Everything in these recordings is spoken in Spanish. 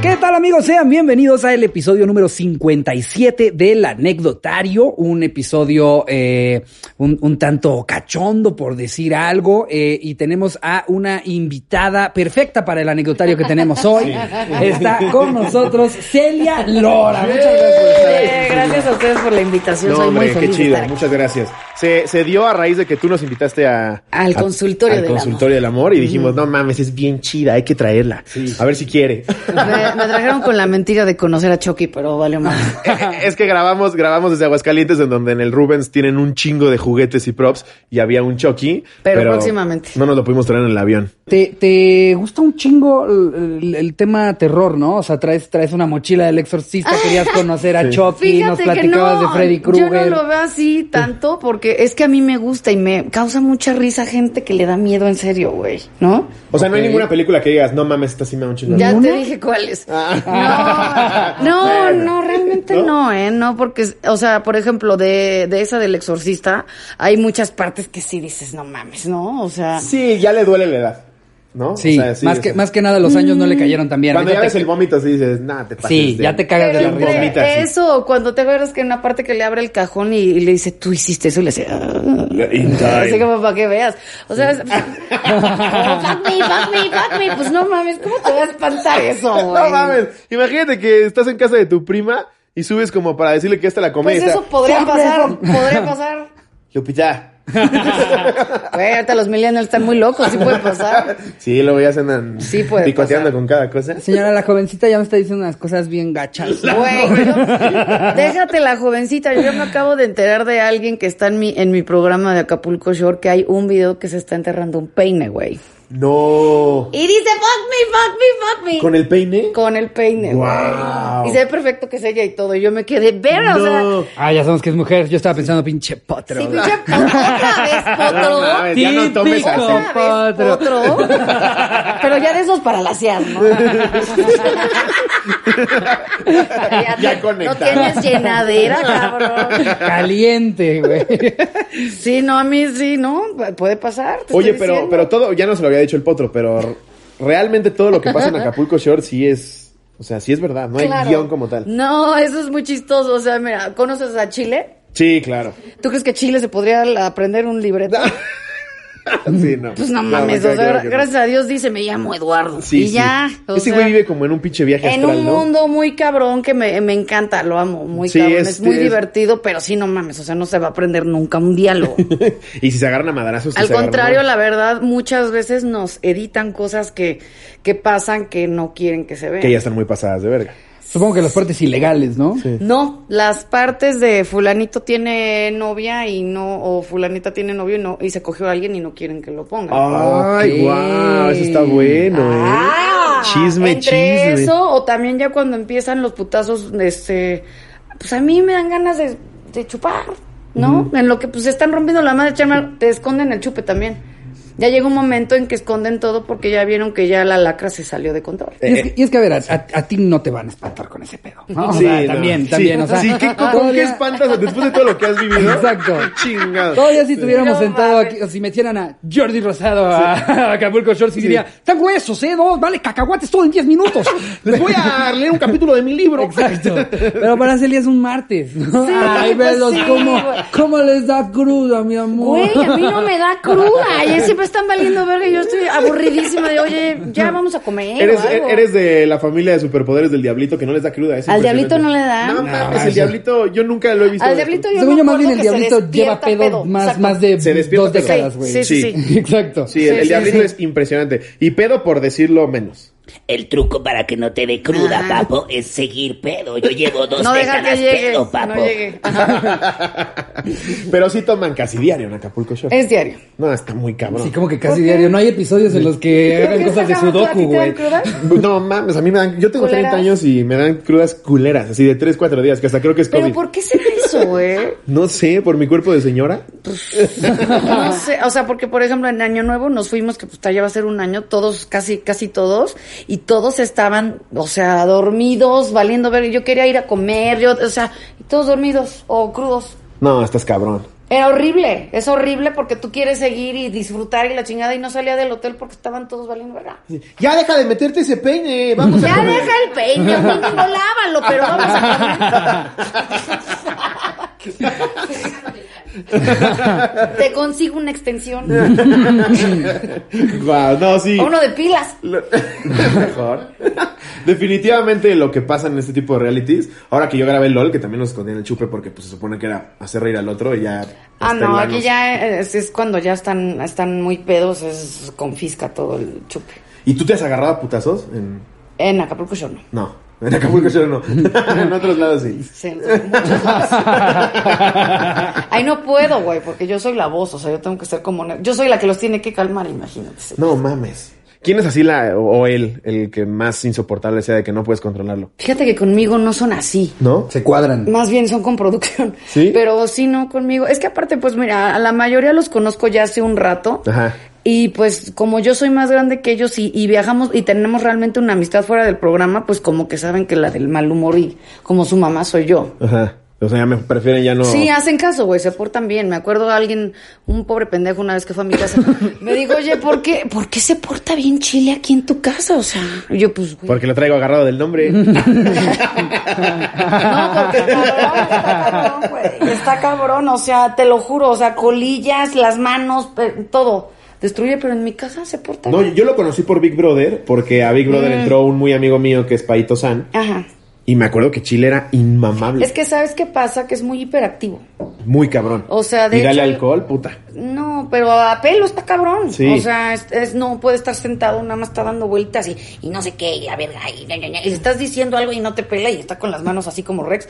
¿Qué tal amigos? Sean bienvenidos al episodio número 57 del anecdotario, un episodio eh, un, un, tanto cachondo por decir algo eh, y tenemos a una invitada perfecta para el anecdotario que tenemos hoy. Sí. Está con nosotros Celia Lora. Ah, Muchas gracias por estar aquí. Gracias a ustedes por la invitación. No, Soy hombre, muy feliz qué chido, de estar aquí. muchas gracias. Se, se dio a raíz de que tú nos invitaste a, Al a- consultorio al del consultorio del amor y dijimos, no mames, es bien chida, hay que traerla. A ver si quiere. Me, me trajeron con la mentira de conocer a Chucky, pero vale más. es que grabamos, grabamos desde Aguascalientes, en donde en el Rubens tienen un chingo de juguetes y props y había un Chucky. Pero próximamente. No nos lo pudimos traer en el avión. Te, te gusta un chingo el, el- el tema terror, ¿no? O sea, traes, traes una mochila del exorcista, querías conocer a Chucky, nos platicabas de Freddy yo no Krueger. lo veo así tanto porque es que a mí me gusta y me causa mucha risa gente que le da miedo en serio, güey, ¿no? O sea, no hay Ok. ninguna película que digas, no mames, esta sí me da un chingo. de Ya miedo". te dije cuáles. No, no, no, realmente Ah. no. ¿eh? No, porque, es- o sea, por ejemplo, de, de esa del exorcista, hay muchas partes que sí dices, no mames, ¿no? O sea, Sí, ya le duele la edad. ¿No? Sí, O sea, más, o que, sea. más que nada los años no le cayeron tan bien. Cuando ya Ahorita ves te- el vómito, sí dices, nah, te pases. Sí, de- ya te cagas de la Pero ¿Quién risa. vomita así? eso, cuando te acuerdas que en una parte que le abre el cajón y, y le dice, tú hiciste eso, y le dice, "Ah". así como para que veas. O sea, es- Oh, fuck me, fuck me, fuck me. Pues no mames, ¿cómo te va a espantar eso, güey? No mames. Imagínate que estás en casa de tu prima y subes como para decirle que esta la comida. Pues eso podría pasar, podría pasar. Lupita. Güey, ahorita los millennials están muy locos, sí puede pasar. Sí, lo voy a cenar Sí puede picoteando pasar. con cada cosa. Señora, la jovencita ya me está diciendo unas cosas bien gachas. Güey, yo- déjate la jovencita. Yo me acabo de enterar de alguien que está en mi, en mi programa de Acapulco Shore que hay un video que se está enterrando un peine, güey. No. Y dice, fuck me, fuck me, fuck me. ¿Con el peine? Con el peine, güey. Guau. Y se ve perfecto que es ella y todo. Y yo me quedé, ver, o sea, No. Ah, ya sabemos que es mujer. Yo estaba pensando, pinche potro. sí, pinche potro, otra vez, No potro. mames, ya no tomes Típico. así. Otra vez, Potro. potro. Pero ya de esos para las IAS, ¿no? ya, Ya te- no conectado. tienes llenadera, cabrón. Caliente, güey. Sí, no, a mí sí, ¿no? Puede pasar. te Oye, estoy pero, diciendo. pero todo, ya no se lo había dicho el potro, pero r- realmente todo lo que pasa en Acapulco Shore sí es, o sea, sí es verdad, no hay Claro. guión como tal. No, eso es muy chistoso. O sea, mira, ¿conoces a Chile? Sí, claro. ¿Tú crees que Chile se podría aprender un libreto? Sí, no. Pues no me mames, queda o sea, claro que no. gracias a Dios dice, me llamo Eduardo. Sí, y sí. ya. o Ese sea, güey vive como en un pinche viaje en astral, un ¿no? mundo muy cabrón que me, me encanta, lo amo, muy Sí, cabrón. es- Es, muy es- divertido, pero sí, no mames, o sea, no se va a aprender nunca un diálogo. Pues, y si se agarran a madrazos. sí Al se agarran a contrario, madrazos. la verdad, muchas veces nos editan cosas que, que pasan que no quieren que se vean. Que ya están muy pasadas de verga. Supongo que las partes ilegales, ¿no? No, las partes de fulanito tiene novia y no, o fulanita tiene novio y no, y se cogió a alguien y no quieren que lo pongan. Ay, guau, eso está bueno, ¿eh? Ah, chisme, entre chisme. eso o también ya cuando empiezan los putazos, este, pues a mí me dan ganas de, de chupar, ¿no? En lo que pues se están rompiendo la madre, chama, te esconden el chupe también. Ya llega un momento en que esconden todo porque ya vieron que ya la lacra se salió de control. Y es, que, y es que, a ver, a, a- a ti no te van a espantar con ese pedo. ¿no? O Sí, sea, no. también, Sí. también. O sea, Sí, ¿qué- ¿con qué todavía- espantas después de todo lo que has vivido? Exacto. Qué chingado. Todavía si estuviéramos No sentado mames. aquí, o si metieran a Jordi Rosado a, a Acapulco Shorts y diría, tan huesos, eh, no, vale cacahuates todo en 10 minutos. Les voy a leer un capítulo de mi libro. Exacto. Pero para Celia es un martes. ¿no? Sí, Ay, pues velos, sí, cómo, güey. cómo les da cruda, mi amor. Güey, a mí no me da cruda. Ya siempre están valiendo verga. y Yo estoy aburridísima de, oye, ya vamos a comer. Eres, o algo. eres de la familia de superpoderes del diablito que no les da cruda. es Al diablito impresionante. no le da. No, No, mames, eso- el diablito yo nunca lo he visto. Al diablito yo Según me yo, más acuerdo bien el que se diablito lleva despierta pedo, más, Exacto. más de Se despierta dos pedo. décadas, Sí, güey. sí, sí, sí. Exacto. Sí, el, el Sí, sí, diablito sí. es impresionante. Y pedo por decirlo menos. El truco para que no te dé cruda, Ajá. papo, es seguir pedo. Yo llevo dos No deja que décadas llegue. pedo, papo. No llegue. Pero sí toman casi diario en Acapulco Shore. Es diario. No, está muy cabrón. Sí, como que casi diario. No hay episodios Eh, en los que hagan cosas de sudoku, güey. No mames, a mí me dan. Yo tengo Culeras. 30 años y me dan crudas culeras, así de 3, 4 días, que hasta creo que es Pero COVID. ¿por qué será eso, eh? No sé, por mi cuerpo de señora. No sé, o sea, porque por ejemplo en Año Nuevo nos fuimos, que pues ya va a ser un año, todos, casi, casi todos, y todos estaban, o sea, dormidos, valiendo ver, yo quería ir a comer, yo, o sea, todos dormidos o crudos. No, estás cabrón. Era horrible, es horrible porque tú quieres seguir y disfrutar y la chingada y no salía del hotel porque estaban todos valiendo verga. Ya deja de meterte ese peine, vamos a Ya comer. deja el peine, un mínimo lávalo, pero vamos a comer. Te consigo una extensión, o Guau, no, sí. uno de pilas. Lo- Mejor. Definitivamente lo que pasa en este tipo de realities. Ahora que yo grabé LOL, que también nos escondí en el chupe porque pues, se supone que era hacer reír al otro y ya. Ah, hasta no, el ano. aquí ya es, es cuando ya están, están muy pedos, es confisca todo el chupe. ¿Y tú te has agarrado a putazos? En... En Acapulco yo no. No. En Acapulco Shore no. en otros lados sí. Sí, muchas gracias. Ay, no puedo, güey, porque yo soy la voz, o sea, yo tengo que ser como... ne- Yo soy la que los tiene que calmar, imagínate. sí. No mames. ¿Quién es así la, o, o él, el que más insoportable sea de que no puedes controlarlo? Fíjate que conmigo no son así. ¿No? Se cuadran. Más bien son con producción. ¿Sí? Pero sí, no conmigo. Es que aparte, pues mira, a la mayoría los conozco ya hace un rato. Ajá. Y pues como yo soy más grande que ellos y, y viajamos y tenemos realmente una amistad fuera del programa, pues como que saben que la del mal humor y como su mamá soy yo. Ajá. O sea, ya me prefieren ya no. Sí, hacen caso, güey, se portan bien. Me acuerdo de alguien, un pobre pendejo una vez que fue a mi casa, me dijo, oye, ¿por qué, ¿por qué se porta bien Chile aquí en tu casa? O sea, y yo pues, güey. Porque lo traigo agarrado del nombre. No, porque cabrón, está cabrón, güey. Está cabrón, o sea, te lo juro, o sea, colillas, las manos, pe- todo. Destruye, pero en mi casa se porta No, bien. yo lo conocí por Big Brother, porque a Big Mm. Brother entró un muy amigo mío que es Paito San. Ajá. Y me acuerdo que Chile era inmamable. Es que sabes qué pasa, que es muy hiperactivo. Muy cabrón. O sea, de Y dale hecho- alcohol, puta. No, pero a pelo está cabrón. Sí. O sea, es, es- no puede estar sentado, nada más está dando vueltas y, y no sé qué, y la verga, y, ña, ña, ña, y le estás diciendo algo y no te pela y está con las manos así como Rex.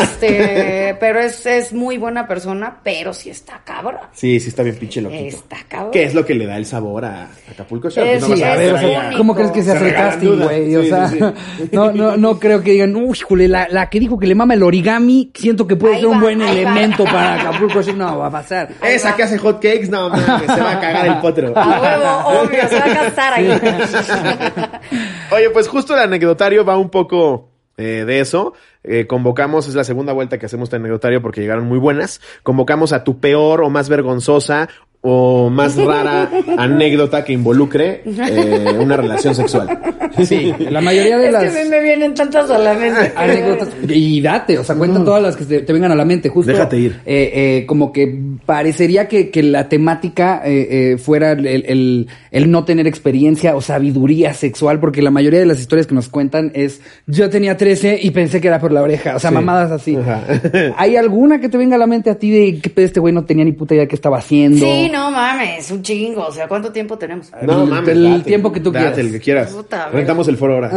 Este, pero es, es muy buena persona, pero sí está cabrón. Sí, sí está bien pinche loquito. Está cabrón. ¿Qué es lo que le da el sabor a Acapulco Shore? Es- Pues no Sí, vas a ver, o hacer sea, ahí es a- ¿cómo crees que se hace el regalan casting, dudas. güey? O Sí, sea, sí, sí. no, no, no creo que digan, uy, jule, la, la que dijo que le mama el origami, siento que puede Ahí ser un va, buen ahí va. elemento para Acapulco. Shore". No, va a pasar. Esa que hace hot cakes, no, mames, se va a cagar el potro. A huevo, obvio, se va a gastar ahí. Oye, pues justo el anecdotario va un poco eh, de eso. Eh, convocamos, es la segunda vuelta que hacemos de anecdotario porque llegaron muy buenas. Convocamos a tu peor o más vergonzosa o más rara anécdota que involucre eh, una relación sexual. Sí, la mayoría de es las... que a mí me vienen tantas a la mente. anécdotas y date, o sea, cuenta todas las que te, te vengan a la mente, justo. Déjate ir. eh, eh, como que parecería que, que la temática eh, eh, fuera el, el- el- el no tener experiencia o sabiduría sexual, porque la mayoría de las historias que nos cuentan es yo tenía 13 y pensé que era por la oreja, o sea, Sí. mamadas así. Ajá. ¿Hay alguna que te venga a la mente a ti de que este güey no tenía ni puta idea que estaba haciendo? Sí, no mames, un chingo. O sea, ¿cuánto tiempo tenemos? No, El- mames. el tiempo que tú date quieras. el que quieras. Puta, a ver. Rentamos el foro ahora.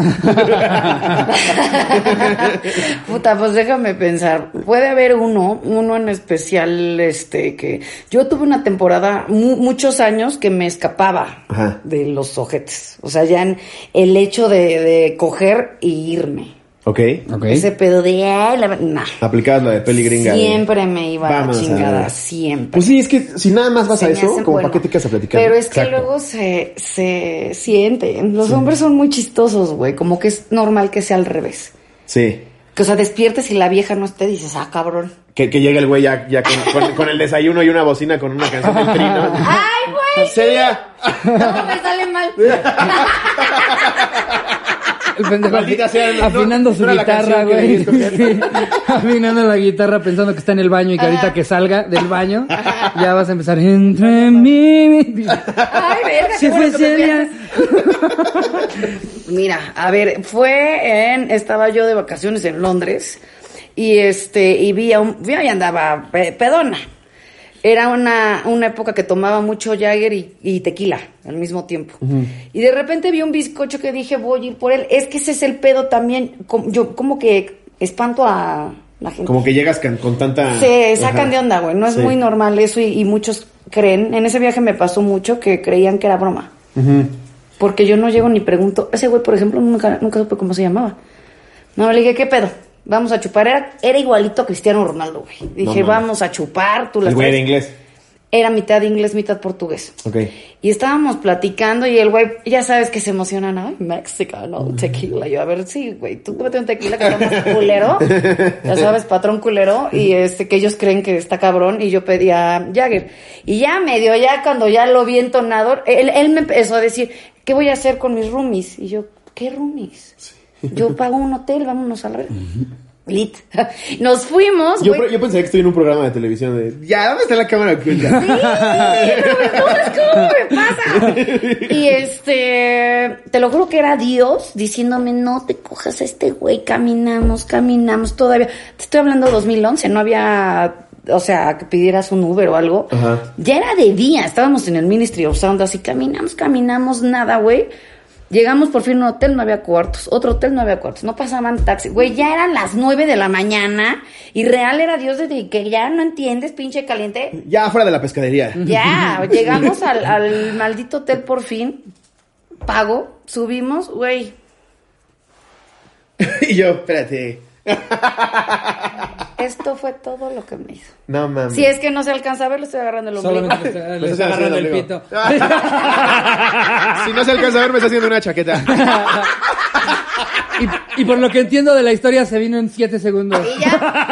Puta, pues déjame pensar. Puede haber uno, uno en especial, este, que yo tuve una temporada, mu- muchos años, que me escapaba Ajá. de los ojetes. O sea, ya en el hecho de, de coger y irme. ok. Ok. Ese pedo de, ay, la, ver- nah. Aplicabas la de peli gringa. de- Siempre me iba a la Vamos a chingada, ver. siempre. Pues sí, es que si nada más vas Se a me eso, hace como bueno. para qué te quedas a platicar. Pero es que Exacto. luego se, se sienten. Los hombres son muy chistosos, güey. Como que es normal que sea al revés. Sí. Que, o sea, despiertes y la vieja no esté, dices, ah, cabrón. Que, que llega el güey ya, ya con, con- con el desayuno y una bocina con una canción del trino. ¡Ay, güey! Sería, Todo me sale mal. El pendejo Maldita sea, no, afinando no su era la guitarra, canción que güey. debía escoger. Sí, afinando la guitarra pensando que está en el baño y que ahorita Ajá. que salga del baño ya vas a empezar entre mí. ¡Ay, verga! Si qué bueno fue que me seria. piensas. Mira, a ver, fue en. Estaba yo de vacaciones en Londres y este, y vi a un. Vi y andaba pe- pedona. Era una, una época que tomaba mucho Jagger y, y tequila al mismo tiempo. Y de repente vi un bizcocho que dije, voy a ir por él. Es que ese es el pedo también. com- yo como que espanto a la gente. como que llegas can- con, tanta. Se sacan de onda, güey. No es Sí. muy normal eso y, y muchos creen. En ese viaje me pasó mucho que creían que era broma. Porque yo no llego ni pregunto. Ese güey, por ejemplo, nunca, nunca supe cómo se llamaba. No, le dije, ¿qué pedo? Vamos a chupar. Era, era igualito a Cristiano Ronaldo, güey. Dije, mames. vamos a chupar. Tú El las güey de traes". inglés. era mitad inglés, mitad portugués. Ok. Y estábamos platicando y el güey, ya sabes que se emocionan, ay, mexicano, tequila. Yo, a ver, sí, güey, tú tómate un tequila que está más culero. Ya sabes, patrón culero. Y este, que ellos creen que está cabrón. Y yo pedía Jagger. Y ya medio, ya cuando ya lo vi entonador, él, él me empezó a decir, ¿qué voy a hacer con mis roomies? Y yo, ¿qué roomies? Yo pago un hotel, vámonos al ver. Lit. Nos fuimos, Yo, güey. yo pensé que estoy en un programa de televisión de. Ya, ¿dónde está la cámara oculta? ¿Cómo me pasa? Y este, te lo juro que era Dios diciéndome, no te cojas a este güey, caminamos, caminamos todavía. Te estoy hablando de 2011, no había, o sea, que pidieras un Uber o algo. Ajá. Ya era de día, estábamos en el Ministry of Sound, así caminamos, caminamos, nada, güey. Llegamos por fin a un hotel, no había cuartos. Otro hotel, no había cuartos. No pasaban taxi. Güey, ya eran las nueve de la mañana. Y real era Dios desde que ya no entiendes, pinche caliente. ya, fuera de la pescadería. Ya, llegamos al, al maldito hotel por fin. Pago, subimos, güey. y yo, espérate. Esto fue todo lo que me hizo. No mames. Si es que no se alcanza a ver, lo estoy agarrando el ombligo. Solamente le Pues está eso agarrando es el el ombligo. pito. Si no se alcanza a ver, me está haciendo una chaqueta. Y, y por lo que entiendo de la historia, se vino en 7 segundos. Y ya.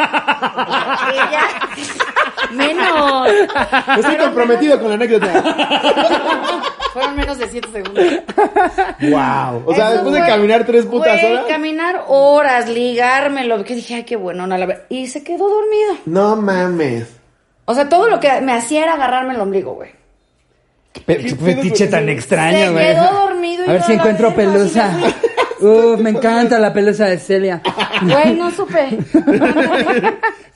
Y ya. Menos. Estoy comprometido con la anécdota. Fueron menos de 7 segundos. wow. O sea, Eso después de fue- caminar tres putas güey, horas. caminar horas, ligármelo. Que dije, ay, qué bueno, no, la verdad. Y se quedó dormido. No mames. O sea, todo lo que me hacía era agarrarme el ombligo, güey. Pe- Qué fetiche tan Se extraño, güey. quedó dormido y A ver yo si la encuentro verga, pelusa. así de, Uf, me encanta la pelusa de Celia. Güey, no supe.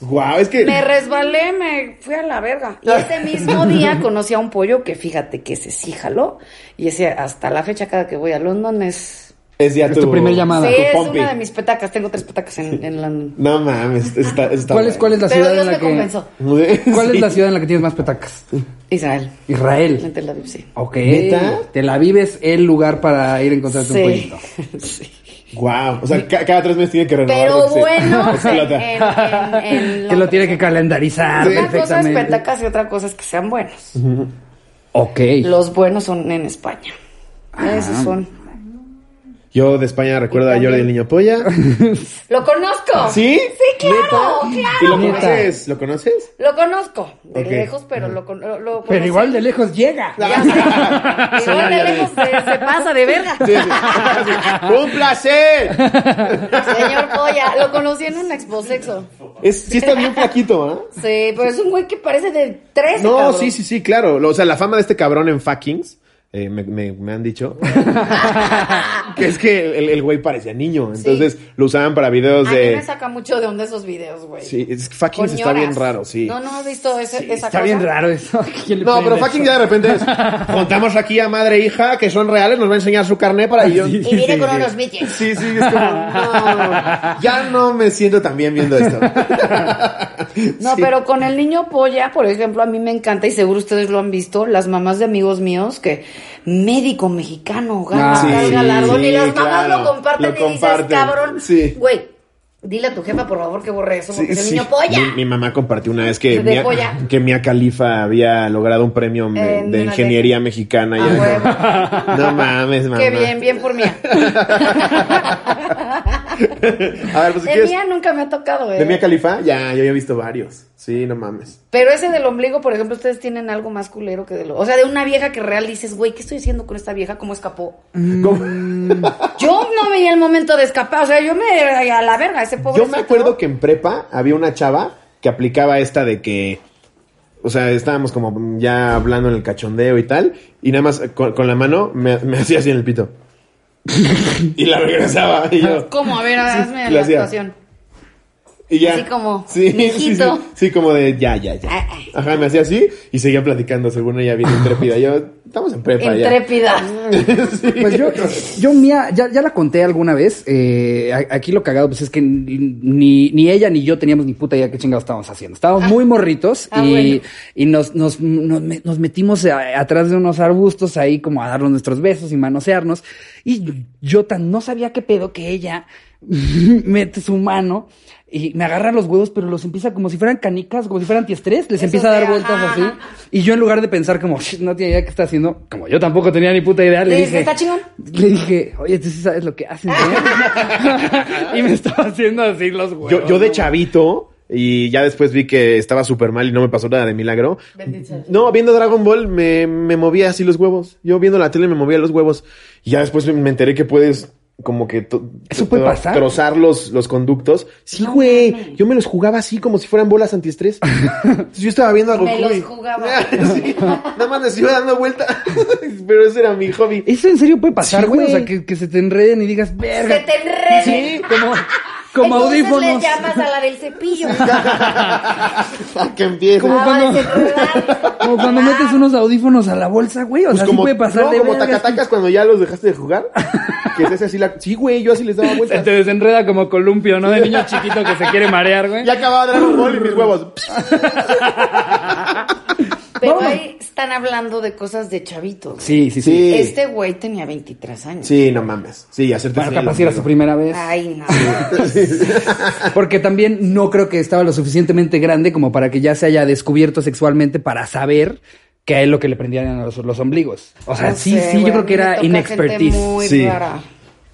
Wow, es que. Me resbalé, me fui a la verga. Y ese mismo día conocí a un pollo que fíjate que ese sí jaló. Y ese hasta la fecha cada que voy a London es... Es ya Es Ah, tu primer llamada. Sí, tu es pompi. una de mis petacas. Tengo tres petacas en, en London. No mames. Está, está ¿Cuál es, cuál es la Pero ciudad en Dios me la que... compensó. ¿Cuál es la ciudad en la que tienes más petacas? Israel. Israel. En Tel Aviv, sí. Ok. ¿Neta? Te la vives el lugar para ir a encontrarte un Sí. pollito. Sí. Wow. O sea, ca- cada tres meses tiene que renovar. lo Pero que se- bueno, eh, lo que se en- lota. en- en Que lo Londres. tiene que calendarizar Una cosa es perfectamente. petacas y otra cosa es que sean buenos. ok. Los buenos son en España. Ah. Esos son. Yo de España recuerdo a Y Jordi el también- niño polla. ¡Lo conozco! ¿Sí? Sí, claro, ¿Y claro. lo Neta. conoces? ¿Lo conoces? Lo conozco. De Ok. lejos, pero lo, con- lo, lo Pero conocí. igual de lejos llega. Ya sé. Sí, Igual de ya vi. lejos se, se pasa de verga. Sí, sí. ¡Un placer! Señor Polla, lo conocí en un exposexo. Es, sí está bien flaquito, ¿ah? Sí, pero es un güey que parece de 13. No, cabrón. sí, sí, sí, claro. Lo- O sea, la fama de este cabrón en fuckings, eh, me, me- me han dicho, que es que el, el güey parecía niño. Entonces lo usaban para videos A mí me de... saca mucho de onda esos videos, güey. Sí, es, fuckings Con está bien ñoras. raro, sí. No, no has visto ese, esa Está cosa? bien raro eso. ¿Quién le No, pone pero eso? fucking ya de repente es, contamos aquí a madre e hija que son reales, nos va a enseñar su carné para yo. Sí, Sí, Y viene sí, con sí. unos billetes. sí, es como, no, ya no me siento tan bien viendo esto. No, Sí. pero con el niño polla, por ejemplo, a mí me encanta y seguro ustedes lo han visto, las mamás de amigos míos que médico mexicano, gana Ah, tal sí, galardón sí, y las mamás claro, lo comparten lo y comparten, dices, cabrón, sí. güey, dile a tu jefa por favor que borre eso porque Sí, es el sí. niño polla. Mi, mi mamá compartió una vez que De Mia, polla. que Mia Khalifa había logrado un premio de, En de una ingeniería mexicana. y A era huevo. como, no mames, mamá. Ah, Qué bien, bien por mí. A ver, pues si De quieres. mía nunca me ha tocado, eh. ¿De Mia Khalifa? Ya, yo ya he visto varios. Sí, no mames. Pero ese del ombligo, por ejemplo, ustedes tienen algo más culero que de lo. O sea, de una vieja que real dices, güey, ¿qué estoy haciendo con esta vieja? ¿Cómo escapó? ¿Cómo? Yo no veía el momento de escapar. O sea, yo me. A la verga, ese pobre. Yo me acuerdo que en prepa había una chava que aplicaba esta de que. O sea, estábamos como ya hablando en el cachondeo y tal. Y nada más eh, con, con la mano me, me hacía así en el pito. y la regresaba. Y yo. ¿Cómo? A ver, hazme lo la hacía. actuación. Y ya. Así como, Sí, sí, sí, mijito. sí, como de ya, ya, ya. Ah, ah. Ajá, me hacía así y seguía platicando según ella bien intrépida. Yo, estamos en prepa Intrépida. ya. Sí. Pues yo, yo mía, ya, ya la conté alguna vez. eh, a- aquí lo cagado, pues es que ni, ni ella ni yo teníamos ni puta idea qué chingados estábamos haciendo. Estábamos muy morritos Ah, y, bueno. y nos, nos, nos, me- nos metimos a- atrás de unos arbustos ahí como a darnos nuestros besos y manosearnos. Y yo tan no sabía qué pedo que ella mete su mano y me agarra los huevos, pero los empieza como si fueran canicas, como si fueran antiestrés, les Eso empieza a dar sí, vueltas ajá, así. ajá. Y yo en lugar de pensar como, "Shh, no tiene idea qué está haciendo, como yo tampoco tenía ni puta idea, le, Le dije, dije, "Está chingón". le dije, oye, tú sí sabes lo que haces, ¿eh?" y me estaba haciendo así los huevos. Yo, yo de ¿no? chavito, y ya después vi que estaba súper mal y no me pasó nada de milagro. Bendito sea. No, viendo Dragon Ball me, me movía así los huevos. Yo viendo la tele me movía los huevos. Y ya después me- me enteré que puedes como que... to- ¿Eso puede tro- pasar? Trozar los, los conductos. Sí, No güey. mames. yo me los jugaba así como si fueran bolas antiestrés. Entonces yo estaba viendo a Goku Me los y- jugaba. Sí, nada más les iba dando vuelta. Pero ese era mi hobby. Eso en serio puede pasar, Sí, güey. O sea, güey. que, que se te enreden y digas, verga. Se te enreden. Sí, como, como Entonces audífonos. le llamas a la del cepillo. que empieza. Como Ah, cuando- vale, celular. Como cuando metes unos audífonos a la bolsa, güey. O Pues sea, sí puede pasar no, de como vergas. tacatacas cuando ya los dejaste de jugar. que es así la. Sí, güey, yo así les daba Se vueltas. te desenreda como columpio, ¿no? De niño chiquito que se quiere marear, güey. Ya acababa Dragon Ball y mis huevos. Pero Vamos. ahí están hablando de cosas de chavitos. Sí, sí, sí. Sí. Este güey tenía 23 años. Sí, no mames. Sí, hacerte Bueno, así capaz el si era su ombligo. primera vez. Ay, no. Porque también no creo que estaba lo suficientemente grande como para que ya se haya descubierto sexualmente para saber que a él lo que le prendían a los, los ombligos. O sea, No sí, sé, sí, güey, yo creo que a mí me era toca inexpertise. gente Muy Sí. rara.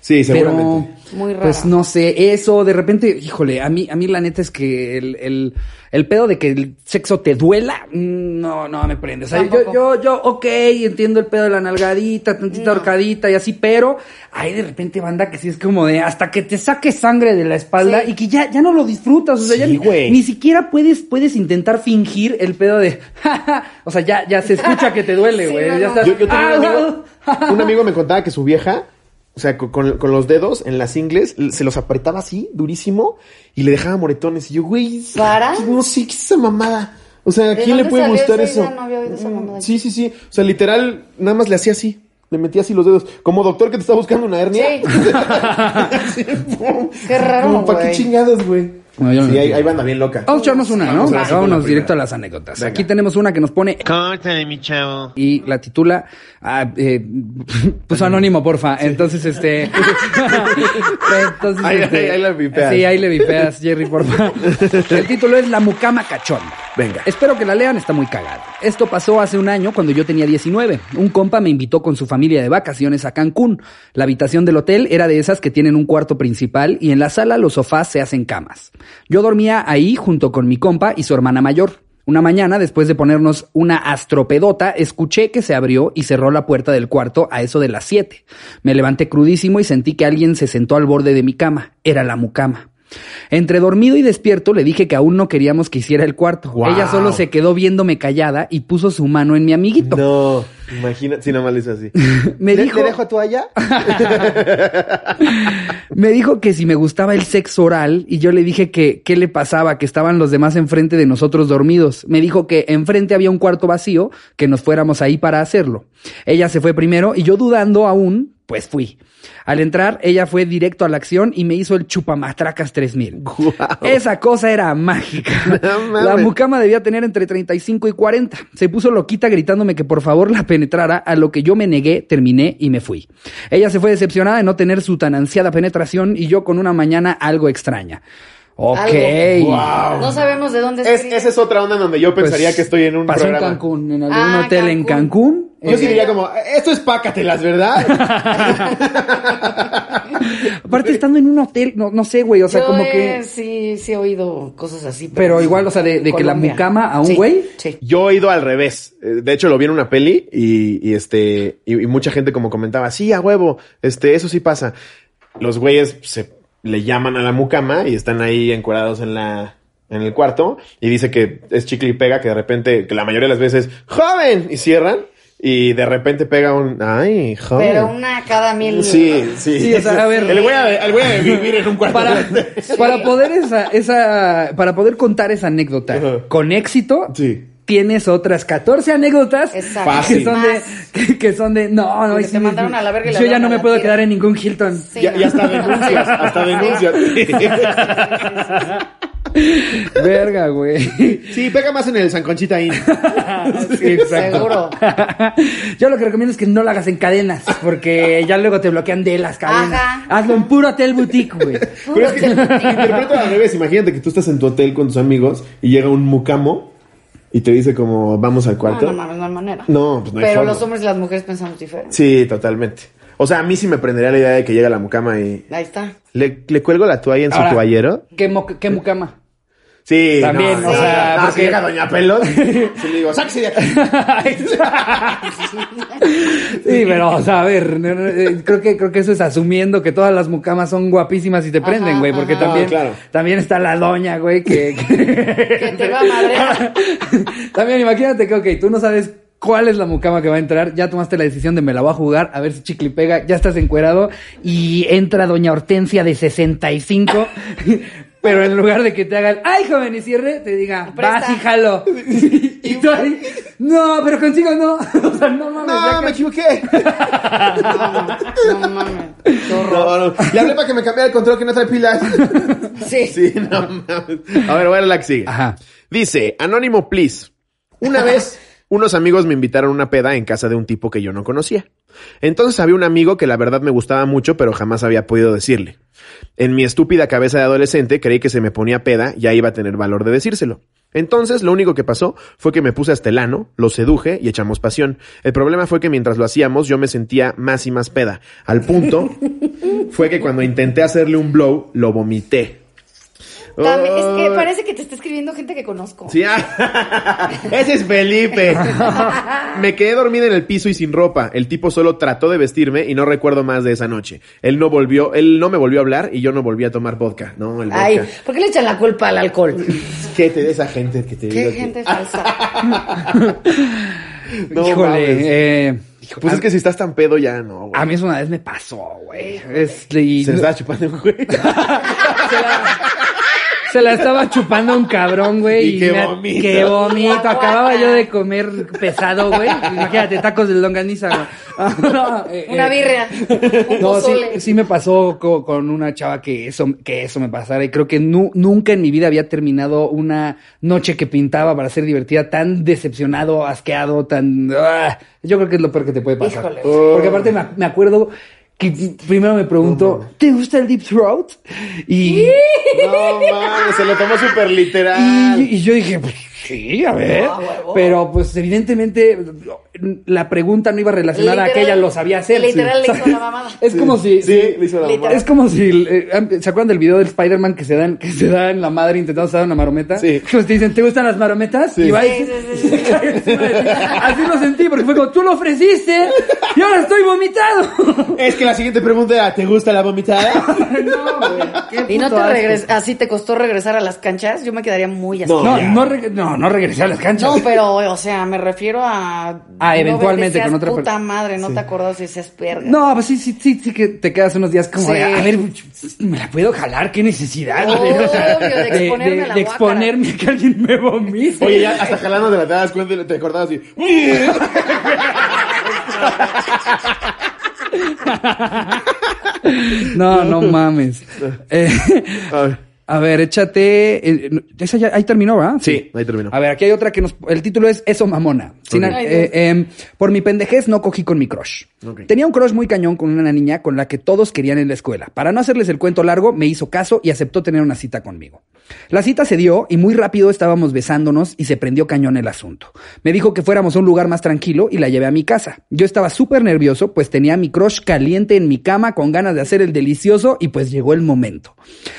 Sí, Pero, seguramente. Muy rara. pues no sé, eso de repente, híjole, a mí, a mí la neta es que el, el, el pedo de que el sexo te duela, mm, no, no me prende. O sea, yo, Tampoco. yo, yo, ok, entiendo el pedo de la nalgadita, tantita horcadita y así, pero hay de repente banda que sí es como de hasta que te saque sangre de la espalda Sí. y que ya, ya no lo disfrutas. O sea, Sí, ya ni, güey. ni siquiera puedes, puedes intentar fingir el pedo de, "Ja, ja". o sea, ya, ya se escucha que te duele, Sí, güey. no, ya no. estás, Yo, yo tenía un "Ah, amigo. Un amigo me contaba que su vieja. O sea, co- con, con los dedos en las ingles, l- se los apretaba así, durísimo, y le dejaba moretones. Y yo, güey, ¿Para? No sé, ¿qué es esa mamada? O sea, ¿a ¿De quién le dónde puede salió gustar esa eso? Mm, idea? No había oído esa mamada. Sí, sí, sí. O sea, literal, nada más le hacía así. Le metía así los dedos. Como doctor que te está buscando una hernia. Sí. Sí, pum. Qué raro, Pum, ¿Para qué güey. chingados, güey? No, yo no sí, hay, entiendo. hay banda bien loca. Vamos a echarnos una, ¿no? Vamos a la Vámonos, segunda primero. directo a las anécdotas. Venga. Aquí tenemos una que nos pone Córtale, mi chavo. y la titula ah, eh, puso anónimo, porfa. Entonces, este. Entonces, Ahí- este, ahí- ahí la vipeas. Sí, ahí le vipeas, Jerry, porfa. El título es La Mucama Cachonda. Venga. Espero que la lean, está muy cagada. Esto pasó hace un año cuando yo tenía 19. Un compa me invitó con su familia de vacaciones a Cancún. La habitación del hotel era de esas que tienen un cuarto principal y en la sala los sofás se hacen camas. Yo dormía ahí junto con mi compa y su hermana mayor. Una mañana, después de ponernos una astropedota, escuché que se abrió y cerró la puerta del cuarto a eso de las 7. Me levanté crudísimo y sentí que alguien se sentó al borde de mi cama. Era la mucama. Entre dormido y despierto le dije que aún no queríamos que hiciera el cuarto. Guau. Ella solo se quedó viéndome callada y puso su mano en mi amiguito. No, imagínate. Si nada más le hizo así. Me ¿Le, dijo- ¿Le dejo a toalla? Me dijo que si me gustaba el sexo oral y yo le dije que qué le pasaba, que estaban los demás enfrente de nosotros dormidos. Me dijo que enfrente había un cuarto vacío, que nos fuéramos ahí para hacerlo. Ella se fue primero y yo dudando aún, pues fui. Al entrar, ella fue directo a la acción y me hizo el chupamatracas 3000. Esa cosa era mágica. No la mames. mucama debía tener entre 35 y 40. Se puso loquita gritándome que por favor la penetrara, a lo que yo me negué, terminé y me fui. Ella se fue decepcionada de no tener su tan ansiada penetración y yo con una mañana algo extraña. Ok. Algo. No sabemos de dónde Es- escribe. esa es otra onda en donde yo Pues, pensaría que estoy en un pasó programa. en Cancún, en algún Ah, hotel en Cancún. Cancún. Yo sí Eh, diría como, esto es pácatelas, ¿verdad? Eh, aparte eh, estando en un hotel, no, no sé, güey, o sea, Yo como he- que... sí, sí he oído cosas así. Pero igual, o sea, de- de que la Colombia. mucama a un Sí, güey. Sí. Yo he ido al revés. Eh, De hecho, lo vi en una peli y, y este, y, y mucha gente como comentaba, sí, a huevo, este, eso sí pasa. Los güeyes se le llaman a la mucama y están ahí encuadrados en la, en el cuarto y dice que es chicle y pega, que de repente, que la mayoría de las veces, joven, y cierran y de repente pega un, ay, joven. Pero una cada mil. Sí, sí. Sí, o sea, a ver. El güey ha de- el güey ha de vivir en un cuarto. Para, para poder esa, esa, para poder contar esa anécdota Ajá. con éxito, Sí. tienes otras 14 anécdotas Exacto. Fácil. que son de, Más. que, que son de no, no, Que y te sí, mandaron a la verga y la yo ya dejaron no a me la puedo tira. quedar en ningún Hilton. Sí, Ya- no. y hasta denuncias, hasta denuncias. Sí, sí, sí, sí, sí. Verga, güey. Sí, pega más en el San Conchita Inn. Ah, Seguro. Yo lo que recomiendo es que no lo hagas en cadenas, porque ya luego te bloquean de las cadenas. Ajá. Hazlo en puro hotel boutique, güey. Pero es que interpreto al revés. Imagínate que tú estás en tu hotel con tus amigos y llega un mucamo y te dice como, vamos al No, cuarto. Ah, no mames, no hay manera. No, pues no hay Pero forma. los hombres y las mujeres pensamos diferente. Sí, totalmente. O sea, a mí sí me prendería la idea de que llega la mucama y... Ahí está. ¿Le, le cuelgo la toalla en Ahora, su toallero? ¿Qué, mo- qué mucama? Sí. También, no, o no, sea, no, si porque- llega Doña Pelos, sí le digo, sáquese de aquí. sí, pero, o sea, a ver, no, no, eh, creo que, creo que eso es asumiendo que todas las mucamas son guapísimas y te prenden, Ajá, güey, porque ajá. también, No, claro. también está la doña, güey, que, Que te va a madrear. también imagínate que, ok, tú no sabes cuál es la mucama que va a entrar, ya tomaste la decisión de me la voy a jugar, a ver si chicle y pega, ya estás encuerado y entra doña Hortensia de 65, pero en lugar de que te hagan, ay, joven, y cierre, te diga, Presta. vas y jalo. y tú ahí, no, pero consigo no, o sea, no mames. ya No, me equivoqué. No, no mames. Qué horror. No, no. Le hablé para que me cambiara el control que no trae pilas. Sí. Sí, no mames. A ver, voy a la que sigue. Ah, Ajá. Dice, Anónimo, please. Una vez, unos amigos me invitaron a una peda en casa de un tipo que yo no conocía. Entonces había un amigo que la verdad me gustaba mucho, pero jamás había podido decirle. En mi estúpida cabeza de adolescente creí que se me ponía peda, ya iba a tener valor de decírselo. Entonces, lo único que pasó fue que me puse hasta el ano, lo seduje y echamos pasión. El problema fue que mientras lo hacíamos yo me sentía más y más peda. Al punto fue que cuando intenté hacerle un blow, lo vomité. También- es que Ay. parece que te está escribiendo gente que conozco. Sí, ah, ese es Felipe. Me quedé dormida en el piso y sin ropa. El tipo solo trató de vestirme y no recuerdo más de esa noche. Él no volvió, él no me volvió a hablar y yo no volví a tomar vodka. No, el vodka. Ay, ¿por qué le echan la culpa al alcohol? ¿Qué te esa gente que te digo Qué que- gente falsa. No Híjole, mames. eh, hijo- Pues a, es que si estás tan pedo ya no, güey. a mí eso una vez me pasó, güey. Este, y- Se está chupando un güey. se la estaba chupando un cabrón, güey. Y qué me- vomito. qué vomito. Acababa yo de comer pesado, güey. Imagínate, tacos de longaniza, güey. Eh, Una eh, birria. Un No, sí, pozole. sí me pasó co- con, una chava que eso, que eso me pasara. Y creo que nu- nunca en mi vida había terminado una noche que pintaba para ser divertida tan decepcionado, asqueado, tan. ¡ah! Yo creo que es lo peor que te puede pasar. Híjole. Porque aparte me, me acuerdo que primero me preguntó, ¿te gusta el Deep Throat? Y. No mames, se lo tomó súper literal. Y, y yo dije, pues, sí, a ver. No, Ah, huevo. Pero pues evidentemente la pregunta no iba relacionada a que Literal- ella lo sabía hacer. literal le hizo ¿sabes? la mamada. Es como si... Sí, le hizo la Literal. mamada. Es como si eh, ¿se acuerdan del video del Spider-Man que se dan, que se da en la madre intentando dar una marometa? Sí. Que te dicen, ¿te gustan las marometas? Y va y- Sí, sí, sí, sí. Así lo sentí, porque fue como, tú lo ofreciste y ahora estoy vomitado. Es que la siguiente pregunta era, ¿te gusta la vomitada? no, güey. qué Y no puto te asco. regres así te costó regresar a las canchas, yo me quedaría muy así. No. No, Oh, Ya. no, reg- no, no regresé a las canchas. No, pero, o sea, me refiero a. Ah, eventualmente no con otra puta persona. madre, no te acordás de esas pergas. No, pues sí, sí, sí, sí que te quedas unos días como, Sí. de, a ver, me la puedo jalar, qué necesidad. Obvio, de de- exponerme de- a la de guácara. exponerme a que alguien me vomite. Oye, ya hasta jalando de la te das cuenta y te acordabas y... No, no mames. Eh, A ver. a ver, échate. eh, no, esa ya, ahí terminó, ¿verdad? Sí, ahí terminó. A ver, aquí hay otra que nos. El título es Eso Mamona. Sin- Ok. eh, eh, por mi pendejez no cogí con mi crush. Ok. Tenía un crush muy cañón con una niña con la que todos querían en la escuela. Para no hacerles el cuento largo, me hizo caso y aceptó tener una cita conmigo. La cita se dio y muy rápido estábamos besándonos y se prendió cañón el asunto. Me dijo que fuéramos a un lugar más tranquilo y la llevé a mi casa. Yo estaba súper nervioso, pues tenía a mi crush caliente en mi cama con ganas de hacer el delicioso y pues llegó el momento.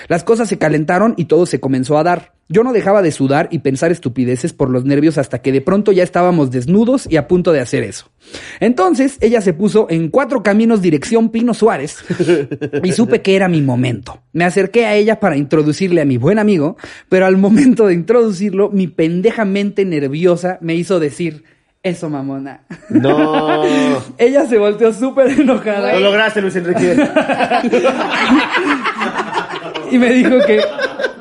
Las cosas se calentaron y todo se comenzó a dar. Yo no dejaba de sudar y pensar estupideces por los nervios hasta que de pronto ya estábamos desnudos y a punto de hacer eso. Entonces ella se puso en cuatro caminos dirección Pino Suárez y supe que era mi momento. Me acerqué a ella para introducirle a mi buen amigo, pero al momento de introducirlo, mi pendeja mente nerviosa me hizo decir, eso mamona. No. Ella se volteó súper enojada. Lo lograste, Luis Enrique. y me dijo que,